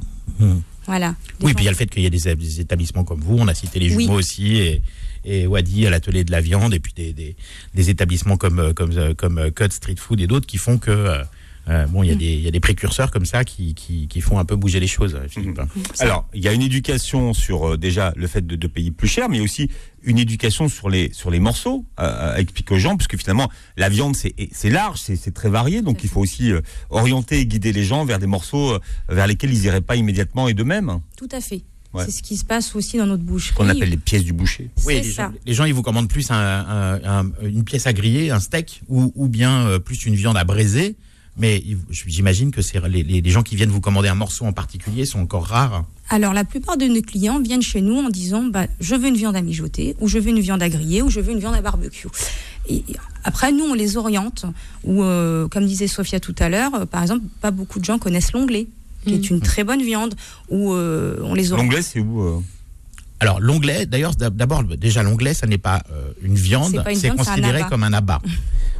Hmm.
Voilà. Des
Oui,
gens-
puis il y a le fait qu'il y a des, des établissements comme vous, on a cité les
Oui.
jumeaux aussi, et, et Wadi à l'atelier de la viande, et puis des, des, des établissements comme, euh, comme, euh, comme euh, Code Street Food et d'autres qui font que... euh, euh, bon, il y,
Mm.
a des- il y a des précurseurs comme ça qui, qui, qui font un peu bouger les choses, euh, Philippe. hein.
Alors, il y a une éducation sur euh, déjà le fait de, de payer plus cher, mais aussi une éducation sur les sur les morceaux euh, à expliquer aux gens, parce que finalement la viande c'est et c'est large, c'est c'est très varié, donc il faut aussi euh, orienter et guider les gens vers des morceaux euh, vers lesquels ils n'iraient pas immédiatement et de même
Tout à fait.
Ouais.
C'est ce qui se passe aussi dans notre boucherie.
qu'on appelle les pièces du boucher.
C'est
les
ça.
gens, les gens, ils vous commandent plus un- un- un- une pièce à griller, un steak, ou, ou bien euh, plus une viande à braiser. Mais ils- j'imagine que c'est les, les- les gens qui viennent vous commander un morceau en particulier sont encore rares.
Alors, la plupart de nos clients viennent chez nous en disant bah, Je veux une viande à mijoter, ou je veux une viande à griller, ou je veux une viande à barbecue. Et et après, nous, on les oriente. Ou, euh, comme disait Sophia tout à l'heure, euh, par exemple, pas beaucoup de gens connaissent l'onglet, qui est une très bonne viande, où euh, on les oriente.
L'onglet c'est où euh,
Alors l'onglet, d'ailleurs, d'ab- d'abord, déjà l'onglet, ça n'est pas euh, une viande,
C'est pas une
c'est
viande, c'est un
considéré
abat.
comme un abat.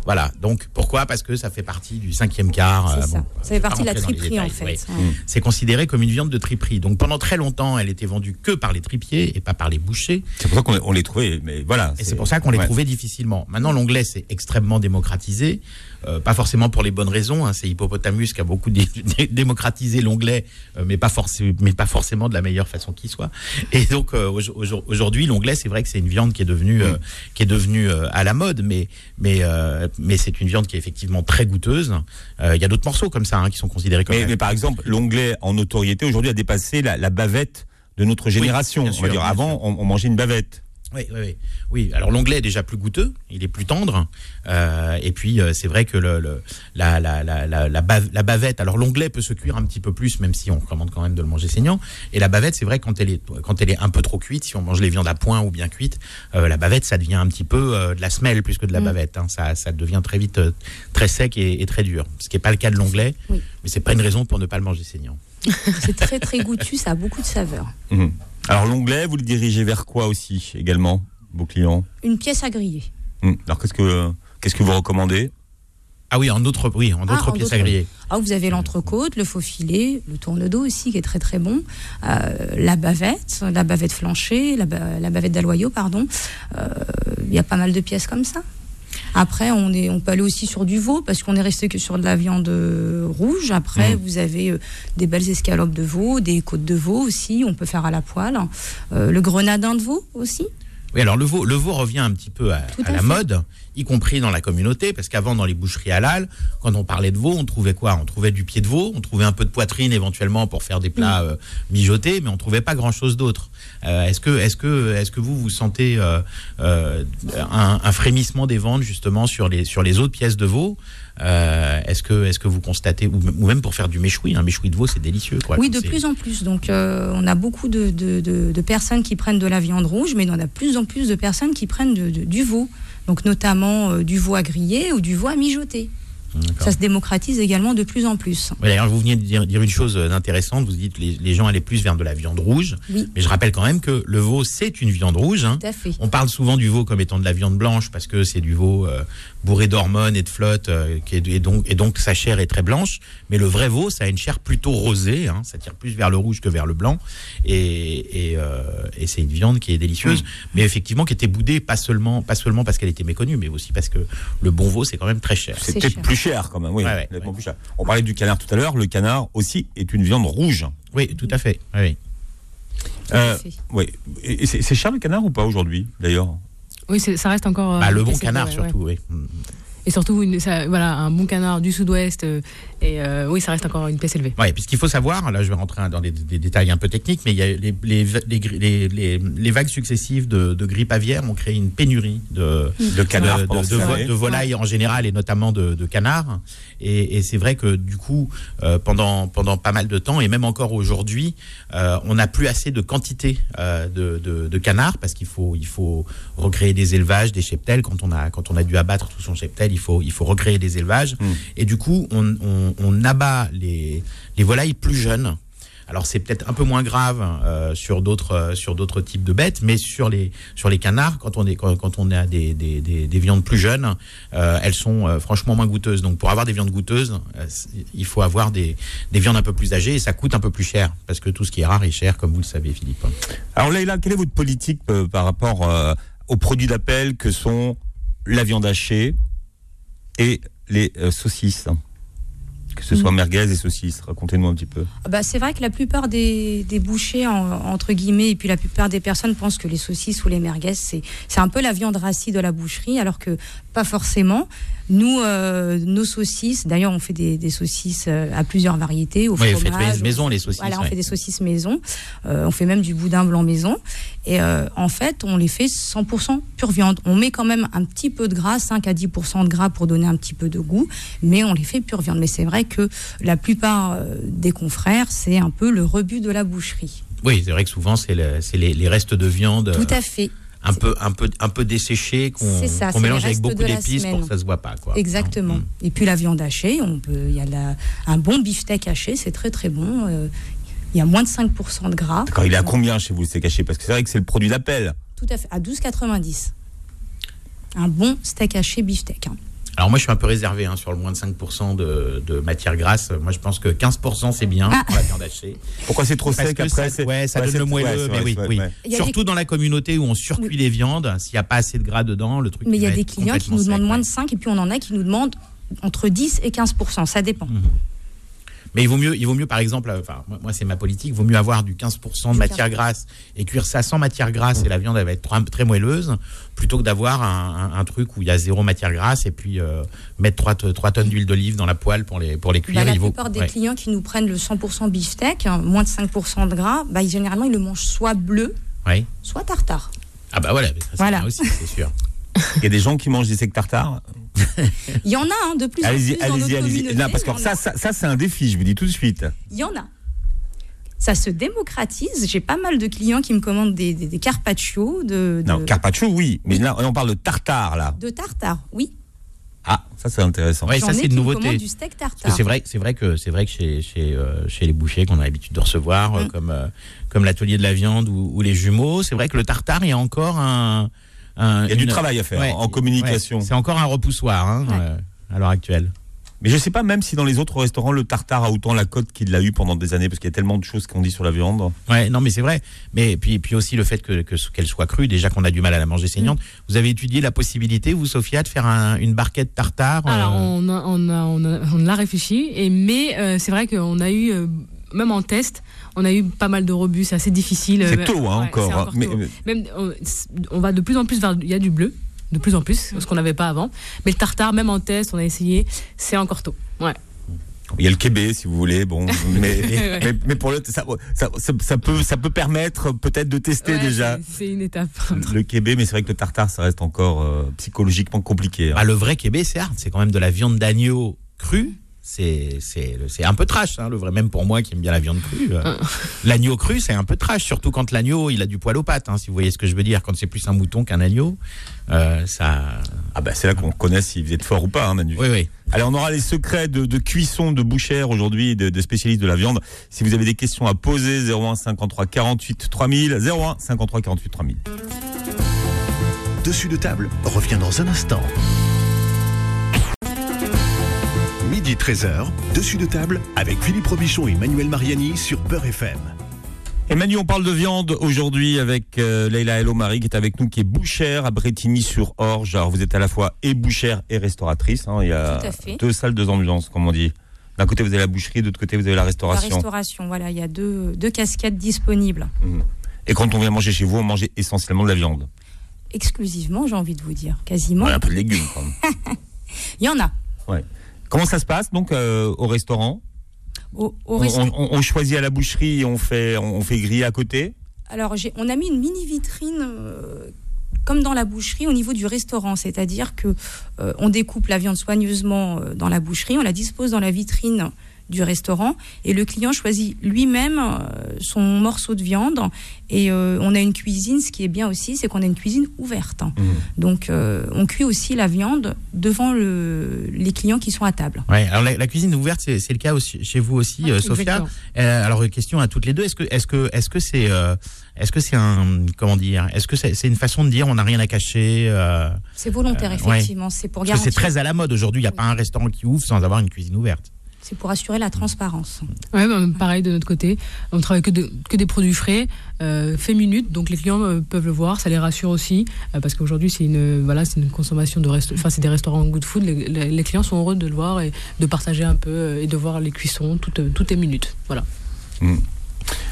voilà, donc pourquoi Parce que ça fait partie du cinquième quart.
C'est
euh,
ça.
bon, je
ça
vais
fait
pas
partie de la
rentrer dans les
triperie, en fait.
détails, oui.
Ouais.
C'est considéré comme une viande de triperie. Donc pendant très longtemps, elle était vendue que par les tripiers et pas par les bouchers.
C'est pour ça qu'on les- on les trouvait, mais voilà.
Et c'est pour ça qu'on les
ouais.
trouvait difficilement. Maintenant, l'onglet c'est extrêmement démocratisé, euh, pas forcément pour les bonnes raisons. hein. C'est Hippopotamus qui a beaucoup dé- dé- démocratisé l'onglet, euh, mais pas forcément, mais pas forcément de la meilleure façon qui soit. Et donc euh, au- au- aujourd'hui, l'onglet, c'est vrai que c'est une viande qui est devenue,
Mm.
euh, qui est devenue euh, à la mode, mais mais euh, mais c'est une viande qui est effectivement très goûteuse. Euh, Il y a d'autres morceaux comme ça hein, qui sont considérés comme.
Mais, mais par exemple, l'onglet en notoriété aujourd'hui a dépassé la, la bavette de notre génération.
bien
on va
sûr,
dire
bien
avant, on, on mangeait une bavette.
Oui, oui, oui. oui. Alors l'onglet est déjà plus goûteux, il est plus tendre. Euh, et puis euh, c'est vrai que le, le- la, la, la, la, la bav- la bavette, alors l'onglet peut se cuire un petit peu plus, même si on recommande quand même de le manger saignant. Et la bavette, c'est vrai quand elle est quand elle est un peu trop cuite, si on mange les viandes à point ou bien cuites, euh, la bavette, ça devient un petit peu euh, de la semelle plus que de la
Mm.
bavette. hein. Ça, ça devient très vite euh, très sec et, et très dur. Ce qui n'est pas le cas de l'onglet,
Oui.
mais c'est pas une raison pour ne pas le manger saignant.
C'est très très goûtu, ça a beaucoup de saveur.
Mhm. Alors l'onglet, vous le dirigez vers quoi aussi également, vos clients
Une pièce à griller.
Mhm. Alors qu'est-ce que Qu'est-ce que vous recommandez
Ah oui, en autre, oui, en
Ah,
autre
en
pièce
d'autres-
à griller.
Ah, vous avez l'entrecôte, le faux filet, le tourne-dos aussi qui est très très bon, euh, la bavette, la bavette flanchée, la, ba- la bavette d'aloyau, pardon. Euh, Il y a pas mal de pièces comme ça. Après, on, est, on peut aller aussi sur du veau parce qu'on est resté que sur de la viande euh, rouge.
Mm.
Après, vous avez euh, des belles escalopes de veau, des côtes de veau aussi, on peut faire à la poêle. Euh, le grenadin de veau aussi.
Oui, alors le veau, le veau revient un petit peu à,
Tout
à
à
la
fait.
mode, y compris dans la communauté, parce qu'avant, dans les boucheries halal, quand on parlait de veau, on trouvait quoi On trouvait du pied de veau, on trouvait un peu de poitrine éventuellement pour faire des
Mm.
plats euh, mijotés, mais on trouvait pas grand-chose d'autre. Euh, Est-ce que, est-ce que, est-ce que vous vous sentez euh, euh, un, un frémissement des ventes justement sur les sur les autres pièces de veau Euh, Est-ce que, est-ce que vous constatez ou, m- ou même pour faire du méchoui, un méchoui de veau, c'est délicieux, quoi.
Oui,
Quand
de
c'est-
plus en plus. Donc, euh, on a beaucoup de, de- de- de personnes qui prennent de la viande rouge, mais on a de plus en plus de personnes qui prennent de- de- du veau. Donc, notamment euh, du veau à griller ou du veau à mijoter.
D'accord.
Ça se démocratise également de plus en plus.
Ouais, D'ailleurs, vous veniez de dire, dire une chose euh, intéressante. Vous dites les, les gens allaient plus vers de la viande rouge.
Oui.
Mais je rappelle quand même que le veau, c'est une viande rouge. hein.
Tout à fait.
On parle souvent du veau comme étant de la viande blanche parce que c'est du veau euh, bourré d'hormones et de flotte, euh, qui est, et, donc, et donc sa chair est très blanche. Mais le vrai veau, ça a une chair plutôt rosée. hein. ça tire plus vers le rouge que vers le blanc. Et, et, euh, et c'est une viande qui est
Mmh.
délicieuse, mais effectivement qui était boudée pas seulement, pas seulement parce qu'elle était méconnue, mais aussi parce que le bon veau, c'est quand même très cher.
C'est
C'est
peut-être
cher.
plus cher quand même, oui.
Ouais, ouais,
nettement
ouais.
plus cher. On parlait du canard tout à l'heure, le canard aussi est une viande rouge.
Oui, tout à fait. Oui, oui.
Euh,
fait.
oui. Et et c'est c'est cher le canard ou pas aujourd'hui d'ailleurs
Oui, c'est- ça reste encore. euh,
Bah, le
une
bon
pièce à
canard,
griller, ouais.
surtout. Oui. Mm.
Et surtout, une- ça- voilà, un bon canard du sud-ouest. euh, et euh, oui, ça reste encore une pièce élevée.
Ouais, puis ce qu'il faut savoir, là je vais rentrer dans des, des détails un peu techniques, mais il y a les, les, les, les, les- les vagues successives de, de grippe aviaire ont créé une pénurie de,
De canard
de, de-
pendant
de
cette
vo-
année.
de volailles en général et notamment de, de canards. Et, et c'est vrai que du coup, euh, pendant, pendant pas mal de temps, et même encore aujourd'hui, euh, on n'a plus assez de quantité euh, de, de, de canards parce qu'il faut, il faut recréer des élevages, des cheptels. Quand on a, quand on a dû abattre tout son cheptel, il faut, il faut recréer des élevages. Et du coup, on, on, on abat les, les volailles plus jeunes. Alors c'est peut-être un peu moins grave euh, sur d'autres euh, sur d'autres types de bêtes, mais sur les sur les canards, quand on est quand, quand on a des, des, des, des viandes plus jeunes, euh, elles sont euh, franchement moins goûteuses. Donc pour avoir des viandes goûteuses, euh, c'est- il faut avoir des, des viandes un peu plus âgées et ça coûte un peu plus cher parce que tout ce qui est rare est cher, comme vous le savez, Philippe.
Alors Leïla, quelle est votre politique euh, par rapport euh, aux produits d'appel que sont la viande hachée et les euh, saucisses Que ce soit
Hmm.
merguez et saucisses, racontez-nous un petit peu.
Bah, c'est vrai que la plupart des, des bouchers, en- entre guillemets, et puis la plupart des personnes pensent que les saucisses ou les merguez, c'est, c'est un peu la viande rassis de la boucherie, alors que pas forcément. Nous, euh, nos saucisses, d'ailleurs, on fait des, des saucisses euh, à plusieurs variétés, au
Oui, vous faites
fromage.
mais- maison les saucisses.
Voilà, on
ouais.
fait des saucisses maison, euh, on fait même du boudin blanc maison. Et euh, en fait, on les fait 100% pure viande. On met quand même un petit peu de gras, 5 à 10% de gras pour donner un petit peu de goût, mais on les fait pure viande. Mais c'est vrai que la plupart euh, des confrères, c'est un peu le rebut de la boucherie.
Oui, c'est vrai que souvent c'est le- c'est les, les restes de viande euh,
Tout à fait,
un peu un peu un peu desséchés qu'on
C'est ça,
qu'on
c'est les
mélange avec
restes
beaucoup
de la
d'épices pour
semaine.
que ça se voit pas quoi.
exactement.
Mm.
Et puis la viande hachée, on peut, il y a la- un bon beefsteak haché, c'est très très bon. euh, il y a moins de 5% de gras.
D'accord, il est à combien chez vous, c'est caché Parce que c'est vrai que c'est le produit d'appel.
Tout à fait, à 12,90. Un bon steak haché, beefsteak. hein.
Alors moi je suis un peu réservé hein, sur le moins de 5% de, de matière grasse. Moi je pense que 15% c'est bien
Ah.
pour la viande hachée.
Pourquoi c'est trop
Parce
sec
que
après
ça,
c'est-
ouais, ça
ouais,
donne
c'est-
le moelleux.
ouais,
mais
c'est
oui,
vrai,
oui.
ouais.
Il y a
Surtout dans la communauté où on surcuit les viandes, s'il n'y a pas assez de gras dedans, le truc.
Mais il y a
va
des
être
clients qui
complètement
nous demandent
sec,
moins de
ouais.
5 et puis on en a qui nous demandent entre 10 et 15 ça dépend.
Mhm.
Bah,
Mais il vaut mieux, il vaut mieux par exemple, euh, enfin moi, moi, c'est ma politique, il vaut mieux avoir du 15% de
Du
matière
15%.
grasse et cuire ça sans matière grasse et la viande elle va être tr- très moelleuse, plutôt que d'avoir un, un- un truc où il y a zéro matière grasse et puis euh, mettre 3, tonnes d'huile d'olive dans la poêle pour les pour les cuire.
Bah, la
il vaut-
plupart des
ouais.
clients qui nous prennent le 100 beefsteak, hein, moins de 5 de gras, bah, ils- généralement ils le mangent soit bleu,
Ouais.
soit tartare.
Ah bah voilà, mais ça, c'est
Voilà.
bien aussi, c'est sûr.
Il y a des gens qui mangent des secs tartares.
Il y en a hein, de plus en
Allez-y,
plus dans notre
allez-y, allez-y.
communauté,
Non, parce
il y
que
en
ça,
a.
ça, ça, c'est un défi, je vous dis tout de suite.
Il y en a. Ça se démocratise. J'ai pas mal de clients qui me commandent des, des, des carpaccio, de, de,
Non, carpaccio, oui. Mais là, on parle de tartare, là.
de tartare. Oui,
Ah, ça, c'est intéressant.
Ouais,
j'en
ça
ai
c'est
qui
une
me
nouveauté.
commandent du steak
Parce
tartare.
que c'est vrai, c'est vrai que c'est vrai que chez chez, euh, chez les bouchers qu'on a l'habitude de recevoir,
Mm.
euh, comme euh, comme l'atelier de la viande ou, ou les jumeaux, c'est vrai que le tartare il y a encore un un-
Il y a du
une-
travail à faire
Ouais,
en communication.
ouais, c'est encore un repoussoir hein,
Ouais.
euh, à l'heure actuelle.
Mais je sais pas même si dans les autres restaurants, le tartare a autant la cote qu'il l'a eu pendant des années, parce qu'il y a tellement de choses qu'on dit sur la viande.
Ouais, non, mais c'est vrai. Mais puis, puis aussi le fait que que- qu'elle soit crue, déjà qu'on a du mal à la manger saignante.
Mm.
Vous avez étudié la possibilité, vous, Sophia, de faire un- une barquette tartare.
Alors,
euh,
on, a- on, a- on, a- on l'a réfléchi, et, mais euh, c'est vrai qu'on a eu, euh, même en test, on a eu pas mal de rebus, c'est assez difficile.
C'est
Euh,
tôt, hein,
ouais,
encore,
c'est
hein, mais-
tôt. Même, on, on va de plus en plus vers. Il y a du bleu, de plus en plus, ce qu'on n'avait pas avant. Mais le tartare, même en test, on a essayé, c'est encore tôt. Ouais.
Il y a le Québec, si vous voulez, bon, mais,
Ouais.
mais, mais pour le, ça, ça, ça- ça peut, ça peut permettre peut-être de tester
Ouais,
déjà
c'est- C'est une étape.
le Québec, mais c'est vrai que le tartare, ça reste encore euh, psychologiquement compliqué. hein.
Ah, le vrai Québec, c'est hard. C'est quand même de la viande d'agneau crue. C'est c'est c'est un peu trash, hein, le vrai. Même pour moi qui aime bien la viande crue, euh, l'agneau cru, c'est un peu trash. Surtout quand l'agneau, il a du poil aux pattes. hein, si vous voyez ce que je veux dire, quand c'est plus un mouton qu'un agneau, euh, ça.
Ah bah c'est là qu'on connaît si vous êtes fort ou pas, hein, Manu.
Oui, oui.
Allez, on aura les secrets de, de cuisson de bouchère aujourd'hui, de, de spécialistes de la viande. Si vous avez des questions à poser, 01 53 48 3000, 01 53 48 3000.
Dessus de table revient dans un instant. Midi 13h, dessus de table avec Philippe Robichon et Manuel Mariani sur Peur FM.
Et Manu, on parle de viande aujourd'hui avec euh, Leila Hello Marie qui est avec nous, qui est bouchère à Bretigny-sur-Orge. Alors vous êtes à la fois et bouchère et restauratrice. hein. Il y a
Tout à fait.
deux salles, deux ambulances, comme on dit. D'un côté vous avez la boucherie, de l'autre côté vous avez la
La
restauration.
restauration, voilà, il y a deux, deux casquettes disponibles.
et quand on vient manger chez vous, on mange essentiellement de la viande.
Exclusivement, j'ai envie de vous dire, quasiment.
Voilà, un peu de légumes. quand même.
Il y en a.
Comment ça se passe donc euh, au restaurant
Au, au
On-
resta-
on, on- on choisit à la boucherie et on fait, on on fait griller à côté.
Alors, j'ai- on a mis une mini vitrine. euh, comme dans la boucherie, au niveau du restaurant, c'est-à-dire que euh, on découpe la viande soigneusement euh, dans la boucherie, on la dispose dans la vitrine du restaurant, et le client choisit lui-même euh, son morceau de viande. Et euh, on a une cuisine, ce qui est bien aussi, c'est qu'on a une cuisine ouverte. hein.
Mmh.
Donc, euh, on cuit aussi la viande devant le- les clients qui sont à table.
Ouais, alors la, la cuisine ouverte, c'est c'est le cas aussi, chez vous aussi, euh, Sophia.
Ah, Exactement.
Euh, alors question à toutes les deux, est-ce que est-ce que est-ce que c'est euh, est-ce que c'est un comment dire, est-ce que c'est c'est une façon de dire on n'a rien à cacher euh,
C'est volontaire,
Euh, ouais.
effectivement. C'est pour
Parce que c'est
garantir,
très à la mode aujourd'hui. Il n'y a pas un restaurant qui ouvre sans avoir une cuisine ouverte.
c'est pour assurer la transparence.
Ouais, bah, pareil de notre côté. On travaille que, de- que des produits frais, euh, fait minute, donc les clients euh, peuvent le voir, ça les rassure aussi, euh, parce qu'aujourd'hui c'est une euh, voilà c'est une consommation de resta- enfin c'est des restaurants good food. Les, les- les clients sont heureux de le voir et de partager un peu euh, et de voir les cuissons, toutes euh, toutes les minutes. Voilà.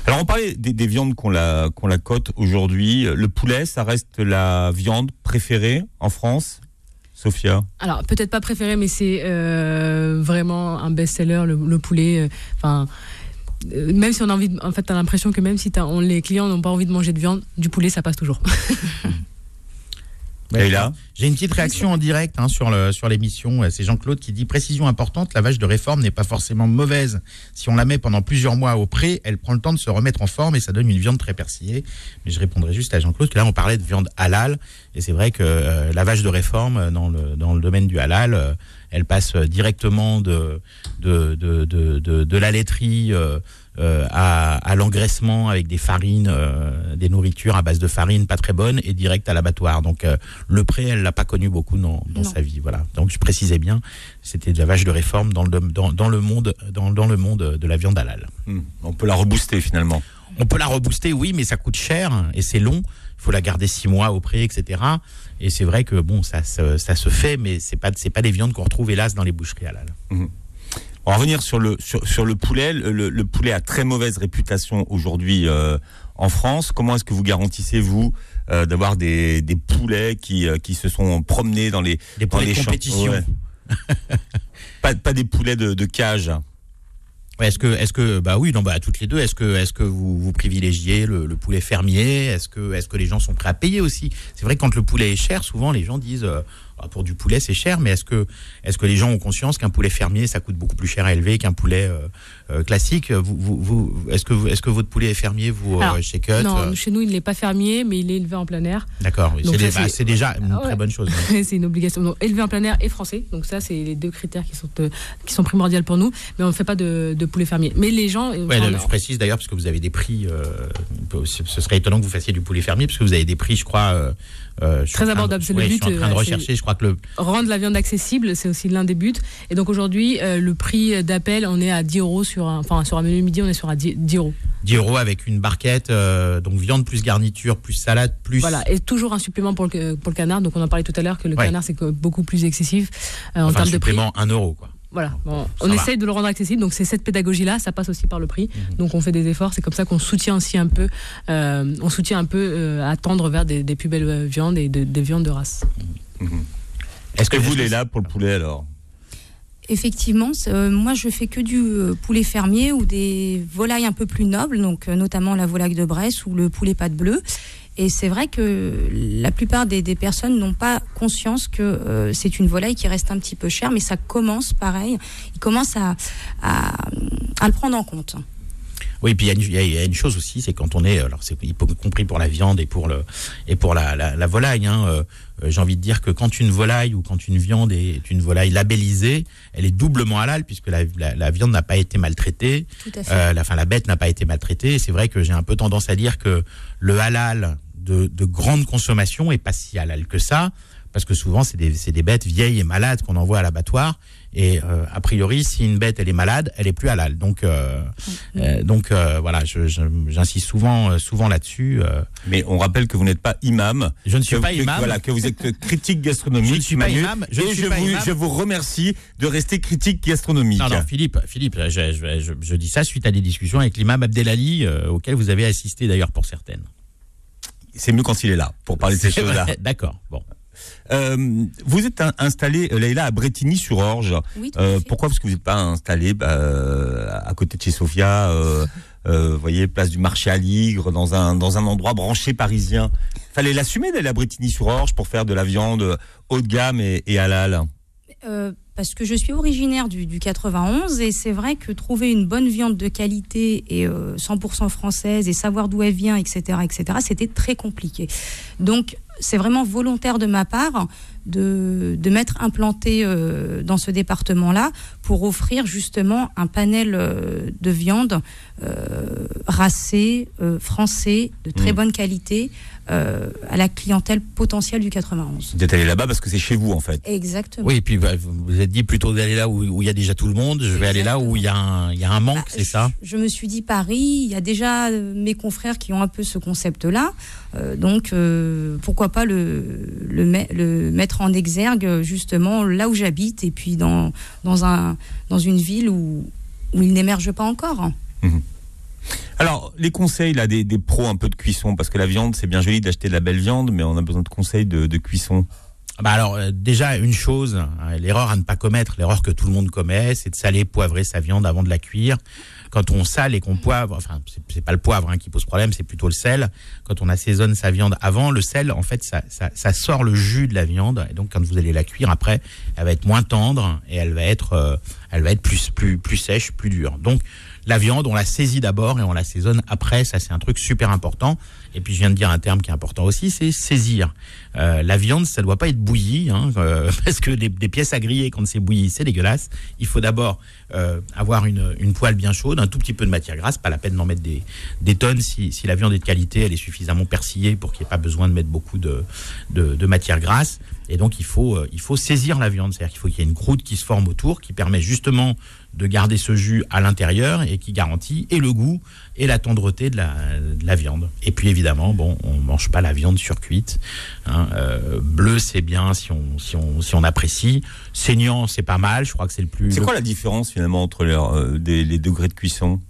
Alors on parlait des, des viandes qu'on la, qu'on la cote aujourd'hui. Le poulet, ça reste la viande préférée en France, Sophia.
Alors peut-être pas préféré, mais c'est euh, vraiment un best-seller le, le poulet. euh, Enfin. euh, même si on a envie, de- en fait, t'as l'impression que même si t'as- on, les clients n'ont pas envie de manger de viande, du poulet, ça passe toujours.
Et là
J'ai une petite réaction en direct hein, sur le sur l'émission. Euh, C'est Jean-Claude qui dit précision importante. La vache de réforme n'est pas forcément mauvaise. Si on la met pendant plusieurs mois au pré, elle prend le temps de se remettre en forme et ça donne une viande très persillée. Mais je répondrai juste à Jean-Claude que là on parlait de viande halal et c'est vrai que euh, la vache de réforme euh, dans le dans le domaine du halal, euh, elle passe euh, directement de de de de, de, de la laiterie. euh, euh, à, à l'engraissement avec des farines, euh, des nourritures à base de farine pas très bonnes et direct à l'abattoir. Donc euh, le pré, elle l'a pas connu beaucoup dans, dans
Non.
sa vie. Voilà. Donc je précisais bien, c'était de la vache de réforme dans le dom- dans, dans le monde dans, dans le monde de la viande halal.
Hmm, On peut la rebooster finalement.
On peut la rebooster, oui, mais ça coûte cher et c'est long. Il faut la garder six mois au pré, etc. Et c'est vrai que bon, ça se, ça se fait, mais c'est pas c'est pas des viandes qu'on retrouve hélas dans les boucheries halal.
On va revenir sur le, sur, sur le poulet. Le, le- le poulet a très mauvaise réputation aujourd'hui euh, en France. Comment est-ce que vous garantissez, vous, euh, d'avoir des, des poulets qui, euh, qui se sont promenés dans les,
Des
dans
poulets
les
de
champs
compétition.
Ouais. pas, pas des poulets de, de cage.
Ouais, Est-ce que, est-ce que, bah oui, non, bah toutes les deux. Est-ce que, est-ce que vous, vous privilégiez le, le poulet fermier Est-ce que, est-ce que les gens sont prêts à payer aussi C'est vrai que quand le poulet est cher, souvent les gens disent, euh, pour du poulet, c'est cher, mais est-ce que, est-ce que les gens ont conscience qu'un poulet fermier, ça coûte beaucoup plus cher à élever qu'un poulet euh, euh, classique vous, vous, vous- Est-ce que, vous- est-ce que votre poulet est fermier, vous,
Alors,
euh, chez Cut
non,
euh,
chez nous, il n'est pas fermier, mais il est élevé en plein air.
D'accord, oui,
Donc
c'est
ça,
des- bah,
c'est-
c'est déjà une
Ah ouais.
très bonne chose. ouais.
c'est une obligation. Donc, élevé en plein air et français. Donc ça, c'est les deux critères qui sont euh, qui sont primordiaux pour nous. Mais on ne fait pas de, de poulet fermier. Mais les gens, euh,
Ouais,
enfin,
là, je précise d'ailleurs, parce que vous avez des prix, euh, ce ce serait étonnant que vous fassiez du poulet fermier, parce que vous avez des prix, je crois. euh, euh, je suis
Très
en train de-
abordable, c'est le
ouais,
but,
Je suis en train de
euh,
rechercher, je crois que le,
rendre la viande accessible, c'est aussi l'un des buts. Et donc aujourd'hui, euh, le prix d'appel, on est à 10 euros sur un, enfin sur un menu midi, on est sur à 10, 10 euros.
10 euros avec une barquette, euh, donc viande plus garniture, plus salade, plus.
Voilà. Et toujours un supplément pour le, euh, pour le canard. Donc on en parlait tout à l'heure que le
Ouais.
canard c'est que beaucoup plus excessif euh, en
enfin,
termes de prix.
supplément 1 euro, quoi.
Voilà, Bon,
Ça
on
va.
essaye de le rendre accessible. Donc c'est cette pédagogie-là, ça passe aussi par le prix. Donc on fait des efforts. C'est comme ça qu'on soutient aussi un peu, euh, on soutient un peu euh, à tendre vers des, des plus belles euh, viandes et de- des viandes de race.
Est-ce que vous,
est
les là pour le poulet alors
Effectivement, c'est- euh, moi je fais que du euh, poulet fermier ou des volailles un peu plus nobles, donc euh, notamment la volaille de Bresse ou le poulet pâte bleue. Et c'est vrai que la plupart des, des personnes n'ont pas conscience que euh, c'est une volaille qui reste un petit peu chère, mais ça commence pareil. Ils commencent à, à, à le prendre en compte.
Oui, puis il y a une- il y, a- il y a une chose aussi, c'est quand on est, alors c'est y compris pour la viande et pour le et pour la, la, la volaille. Hein, euh, euh, J'ai envie de dire que quand une volaille ou quand une viande est, est une volaille labellisée, elle est doublement halal puisque la, la, la viande n'a pas été maltraitée,
Tout à fait.
euh, la, enfin, la bête n'a pas été maltraitée. Et C'est vrai que j'ai un peu tendance à dire que le halal de, de grande consommation est pas si halal que ça, parce que souvent c'est des, c'est des bêtes vieilles et malades qu'on envoie à l'abattoir. Et euh, a priori, si une bête elle est malade, elle est plus halal. Donc, euh, euh, donc euh, voilà, je- je- j'insiste souvent, euh, souvent là-dessus. euh.
Mais on rappelle que vous n'êtes pas imam.
je ne suis
que,
pas
que-
imam.
Voilà, que vous êtes critique
Je
gastronomique.
ne suis pas
Manu,
imam, je ne
et
suis
je
pas
vous,
imam.
je vous remercie de rester critique gastronomique.
Non, non, Philippe, Philippe, je, je- je- je dis ça suite à des discussions avec l'imam Abdelali, euh, auquel vous avez assisté d'ailleurs pour certaines.
C'est mieux quand il est là pour
Oh,
parler de ces
C'est
choses-là.
vrai. D'accord. Bon.
Euh, vous êtes un- installé, euh, Leïla, à Bretigny-sur-Orge.
Oui, tout à
Euh,
fait.
pourquoi Parce que vous n'êtes pas installé bah, euh, à côté de chez Sofia, euh, euh, vous voyez, place du marché à Ligre, dans un, dans un endroit branché parisien. Fallait l'assumer d'aller à Bretigny-sur-Orge pour faire de la viande haut de gamme et, et halal.
Euh, parce que je suis originaire du, du 91 et c'est vrai que trouver une bonne viande de qualité et euh, 100% française et savoir d'où elle vient, etc., etc., c'était très compliqué. Donc c'est vraiment volontaire de ma part de, de m'être implantée euh, dans ce département-là pour offrir justement un panel euh, de viande euh, racée, euh, français, de très
Mm.
bonne qualité euh, à la clientèle potentielle du 91.
Vous êtes allé là-bas parce que c'est chez vous, en fait.
Exactement.
Oui, et puis bah, vous vous êtes dit plutôt d'aller là où où il y a déjà tout le monde, je vais aller là où il y a un, il y a un manque,
Bah,
c'est ça
je, je me suis dit Paris, il y a déjà euh, mes confrères qui ont un peu ce concept-là, euh, donc euh, pourquoi pas le, le, met- le mettre en exergue euh, justement là où j'habite et puis dans, dans, un, dans une ville où, où il n'émerge pas encore.
Alors, les conseils, là, des, des pros un peu de cuisson, parce que la viande, c'est bien joli d'acheter de la belle viande, mais on a besoin de conseils de, de cuisson.
Ah bah Alors euh, déjà, une chose, hein, l'erreur à ne pas commettre, l'erreur que tout le monde commet, c'est de saler, poivrer sa viande avant de la cuire. Quand on sale et qu'on poivre, enfin, c'est- c'est pas le poivre hein, qui pose problème, c'est plutôt le sel. Quand on assaisonne sa viande avant, le sel, en fait, ça, ça, ça sort le jus de la viande. Et donc, quand vous allez la cuire après, elle va être moins tendre et elle va être, euh, elle va être plus, plus, plus sèche, plus dure. Donc, la viande, on la saisit d'abord et on l'assaisonne après. Ça, c'est un truc super important. Et puis, je viens de dire un terme qui est important aussi, c'est saisir. Euh, la viande, ça doit pas être bouillie, hein, euh, parce que des, des pièces à griller, quand c'est bouilli, c'est dégueulasse. Il faut d'abord euh, avoir une, une poêle bien chaude, un tout petit peu de matière grasse. Pas la peine d'en mettre des, des tonnes si, si la viande est de qualité, elle est suffisamment persillée pour qu'il n'y ait pas besoin de mettre beaucoup de, de, de matière grasse. Et donc, il faut, euh, il faut saisir la viande. C'est-à-dire qu'il faut qu'il y ait une croûte qui se forme autour, qui permet justement de garder ce jus à l'intérieur et qui garantit et le goût et la tendreté de la, de la viande. Et puis évidemment, bon, on mange pas la viande surcuite. Hein, euh, bleu, c'est bien si on, si on, si on apprécie. Saignant, c'est pas mal. Je crois que c'est le plus.
C'est quoi la différence, finalement, entre leur, euh, des- les degrés de cuisson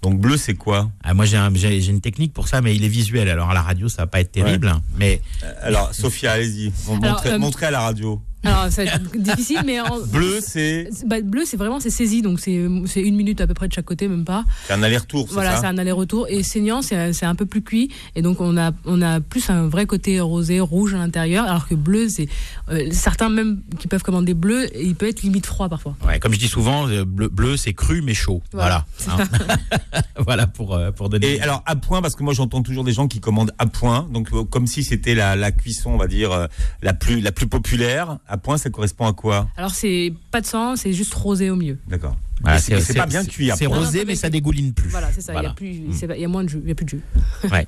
Donc bleu, c'est quoi
Ah, moi, j'ai un- j'ai j'ai une technique pour ça, mais il est visuel. Alors, à la radio, ça va pas être terrible. hein, mais
Euh, Alors, Sophia, allez-y. Mon-
Alors,
montrez,
euh,
montrez à la radio.
Alors, ça va être difficile, mais. en-
Bleu, c'est
C'est- bah, bleu, c'est vraiment c'est saisi, donc c'est c'est une minute à peu près de chaque côté, même pas.
c'est un aller-retour, c'est
Voilà, c'est
ça
un aller-retour. Et saignant, c'est c'est un peu plus cuit, et donc on a on a plus un vrai côté rosé, rouge à l'intérieur, alors que bleu, c'est euh, certains même qui peuvent commander bleu, et il peut être limite froid parfois.
ouais, comme je dis souvent, euh, bleu, bleu, c'est cru mais chaud. Voilà.
Voilà.
hein. voilà pour, euh, pour donner.
Et alors à point, parce que moi j'entends toujours des gens qui commandent à point, donc euh, comme si c'était la, la cuisson, on va dire, euh, la plus, la plus populaire. À point, ça correspond à quoi
Alors c'est pas de sang, c'est juste rosé au mieux.
D'accord.
Voilà,
Et c'est c'est pas bien cuit à
Ah, C'est
point.
Non, non,
rosé,
pas
mais
bien
ça
cuit.
dégouline plus.
Voilà, c'est ça. Il
Voilà.
y a plus, c'est- il y a moins de jus, il y a plus de jus.
Ouais.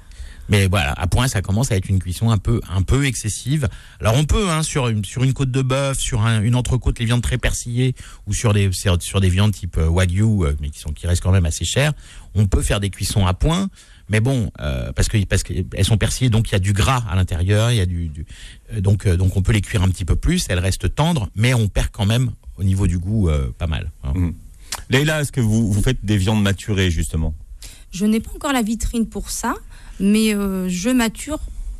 Mais voilà, à point, ça commence à être une cuisson un peu, un peu excessive. Alors on peut, hein, sur une, sur une côte de bœuf, sur un- une entrecôte, les viandes très persillées, ou sur des, sur, sur des viandes type euh, wagyu, euh, mais qui sont, qui restent quand même assez chères, on peut faire des cuissons à point. Mais bon, euh, parce que parce qu'elles sont persillées, donc il y a du gras à l'intérieur, il y a du, du- euh, donc euh, donc on peut les cuire un petit peu plus, elles restent tendres, mais on perd quand même au niveau du goût euh, pas mal. Alors,
Leïla, est-ce que vous, vous faites des viandes maturées justement
Je n'ai pas encore la vitrine pour ça, mais euh, je mature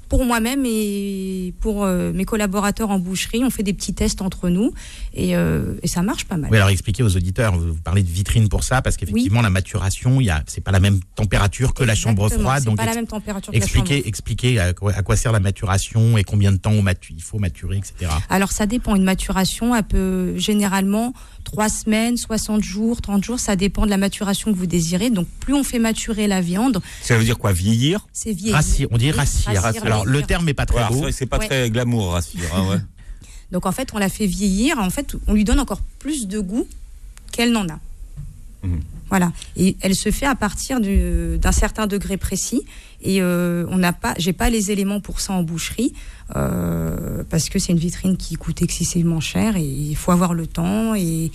pour moi-même et pour euh, mes collaborateurs en boucherie. On fait des petits tests entre nous et, euh, et ça marche pas mal.
Oui, alors expliquez aux auditeurs, vous vous parlez de vitrine pour ça, parce qu'effectivement, la maturation, il y a, c'est pas la même température que la chambre
Exactement,
froide.
c'est
Donc,
pas la
ex-
même température que la chambre.
expliquez, expliquez à quoi, à quoi sert la maturation et combien de temps on matu- il faut maturer, etc.
Alors ça dépend. Une maturation, elle peut généralement 3 semaines, 60 jours, 30 jours, ça dépend de la maturation que vous désirez. Donc plus on fait maturer la viande,
Ça veut dire quoi Vieillir
c'est vieilli.
Rassis, on dit rassis.
Rassis,
rassis. Alors, le
rassis.
terme n'est pas très
Voilà, c'est
beau.
vrai que c'est pas
Ouais.
très glamour, rassure. hein, ouais.
Donc en fait, on la fait vieillir. En fait, on lui donne encore plus de goût qu'elle n'en a.
Mhm.
Voilà. Et elle se fait à partir du- d'un certain degré précis. Et euh, on n'a pas, j'ai pas les éléments pour ça en boucherie euh, parce que c'est une vitrine qui coûte excessivement cher et il faut avoir le temps et,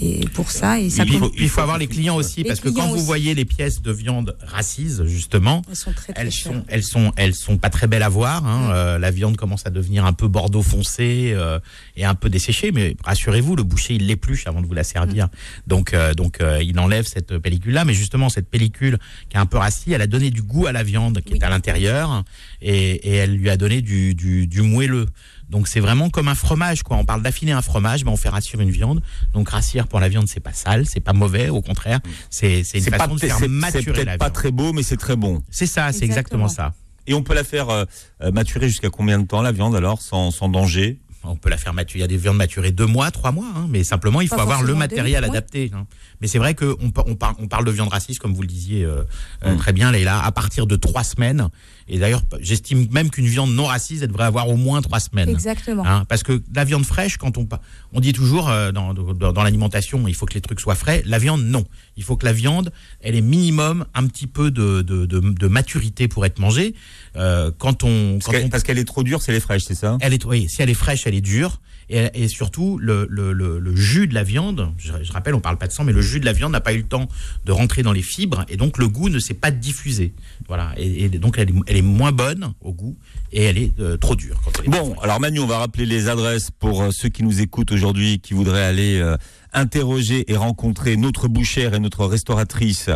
et pour ça et ça.
Il
Puis,
faut-
coûte-
puis il faut avoir les clients aussi,
Les
parce que
clients
quand vous
aussi.
voyez les pièces de viande racises, justement,
Elles sont très, très
elles
chères.
sont, elles sont, elles sont pas très belles à voir.
Mm.
hein. Euh, la viande commence à devenir un peu bordeaux foncé euh, et un peu desséchée. Mais rassurez-vous, le boucher il l'épluche avant de vous la
Mm.
servir. Donc, euh, donc, euh, il enlève cette pellicule là. Mais justement, cette pellicule qui est un peu rassie, elle a donné du goût à la viande qui
Oui.
est à l'intérieur et, et elle lui a donné du, du, du moelleux. Donc c'est vraiment comme un fromage quoi. On parle d'affiner un fromage, mais on fait rassir une viande. Donc rassir pour la viande, c'est pas sale, c'est pas mauvais, au contraire, c'est c'est une
Mm. C'est pas-
façon de
c'est-
faire
c'est- c'est
maturer la
peut-être pas
viande.
très beau, mais c'est très bon.
C'est ça, c'est exactement
Exactement.
ça.
Et on peut la faire euh, euh, maturer jusqu'à combien de temps la viande alors, sans, sans danger
On peut la faire maturer. Il y a des viandes maturées deux mois, trois mois, hein, mais simplement il faut
Pas
avoir le
forcément
matériel
deux mois.
adapté. hein. Mais c'est vrai qu'on on parle, on parle de viande raciste, comme vous le disiez euh,
Mm.
euh, très bien, Leïla, à partir de trois semaines. Et d'ailleurs, j'estime même qu'une viande non raciste, elle devrait avoir au moins trois semaines.
Exactement.
Hein, parce que la viande fraîche, quand on pa- on dit toujours euh, dans, dans- dans l'alimentation, il faut que les trucs soient frais. La viande, non. Il faut que la viande, elle ait minimum un petit peu de, de- de- de maturité pour être mangée. Euh, quand on,
Parce
quand on
qu'elle- Parce qu'elle est trop dure, c'est les fraîches, c'est ça
elle est, oui, si elle est fraîche, elle est dure. Et, et surtout, le, le- le- le jus de la viande, je, je rappelle, on parle pas de sang, mais le jus de la viande n'a pas eu le temps de rentrer dans les fibres, et donc le goût ne s'est pas diffusé. Voilà. Et, et donc, elle est, elle est moins bonne au goût, et elle est euh, trop dure. quand elle est
Bon, alors Manu, on va rappeler les adresses pour euh, ceux qui nous écoutent aujourd'hui, qui voudraient aller euh, interroger et rencontrer notre bouchère et notre restauratrice.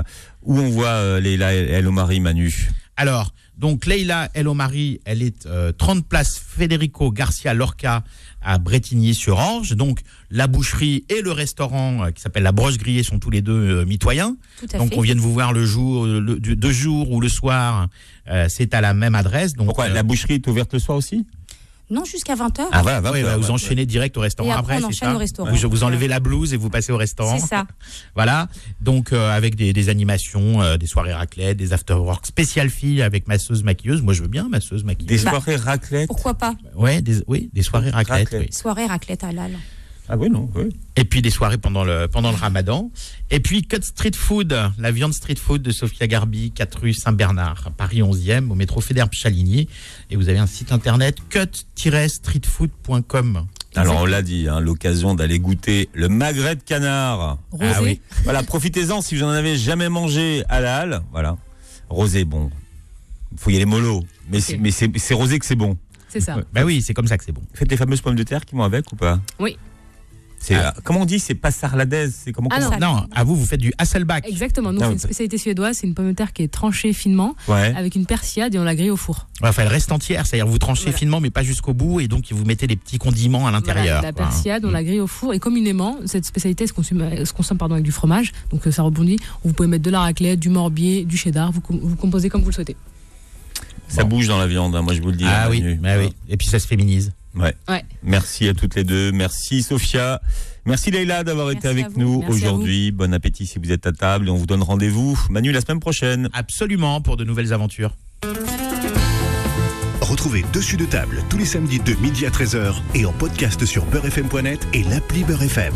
Où on voit euh, Leïla El El Omari, Manu
Alors, donc Leila El Omari, elle est euh, 30 place Federico Garcia Lorca à Bretigny-sur-Orge. Donc, la boucherie et le restaurant euh, qui s'appelle La Broche Grillée sont tous les deux euh, mitoyens.
Tout à
donc,
fait.
on vient de vous voir le jour, euh, le, du- deux jours ou le soir, euh, c'est à la même adresse. Donc,
Pourquoi
euh,
La boucherie est ouverte le soir aussi
Non, jusqu'à 20h.
Ah voilà,
ouais, bah, vous enchaînez direct au restaurant.
Et après, on
c'est
enchaîne
ça
au restaurant.
Vous, vous enlevez la blouse et vous passez au restaurant.
C'est ça.
Voilà, donc euh, avec des, des animations, euh, des soirées raclette, des after-work spécial filles avec masseuse maquilleuse. Moi, je veux bien masseuse maquilleuse.
Des
Bah,
soirées
Oh.
raclette
Pourquoi pas
Ouais, des, oui, des soirées raclette.
Raclette.
oui.
Soirée raclette à l'al.
Ah oui, non, oui.
Et puis des soirées pendant le, pendant le ramadan. Et puis Cut Street Food, la viande street food de Sophia Garbi, 4 rue Saint-Bernard, à Paris 11e, au métro Fédère-Chaligny. Et vous avez un site internet cut-streetfood.com.
Alors on l'a dit, hein, l'occasion d'aller goûter le magret de canard.
Rosé.
Ah oui.
Voilà, profitez-en si vous en avez jamais mangé à la halle. Voilà. Rosé, bon. Faut y aller mollo. Mais c'est-
Ok.
mais c'est c'est rosé que c'est bon.
C'est ça.
Bah oui, c'est comme ça que c'est bon.
Faites les fameuses pommes de terre qui vont avec ou pas
Oui.
C'est euh, comment on dit C'est pas sarladaise. C'est comment
Ah
comment-
non.
Non, à vous, vous faites du Hasselbach.
Exactement, donc
Ah,
c'est
oui,
une
peut-
spécialité suédoise, c'est une pomme de terre qui est tranchée finement
Ouais.
avec une persillade et on la grille au four.
Enfin, elle reste entière, c'est-à-dire vous tranchez
Voilà.
finement, mais pas jusqu'au bout, et donc vous mettez des petits condiments à l'intérieur.
Voilà, la
quoi, hein.
persillade, on la grille au four et communément, cette spécialité se consomme, euh, se consomme pardon, avec du fromage, donc euh, ça rebondit. Vous pouvez mettre de la raclette, du morbier, du cheddar, vous, com- vous composez comme vous le souhaitez.
Ça
Bon.
bouge dans la viande. hein, moi, je vous le dis.
Ah
hein,
oui,
Manu.
ah oui. Et puis ça se féminise.
Ouais.
Ouais.
Merci à toutes les deux. Merci Sophia. Merci Leïla d'avoir
Merci
été
à
avec
vous.
nous
Merci à
aujourd'hui. Bon appétit si vous êtes à table et on vous donne rendez-vous, Manu, la semaine prochaine.
Absolument pour de nouvelles aventures.
Retrouvez Dessus de table tous les samedis de midi à 13h et en podcast sur beurrefm.net et l'appli Beurre FM.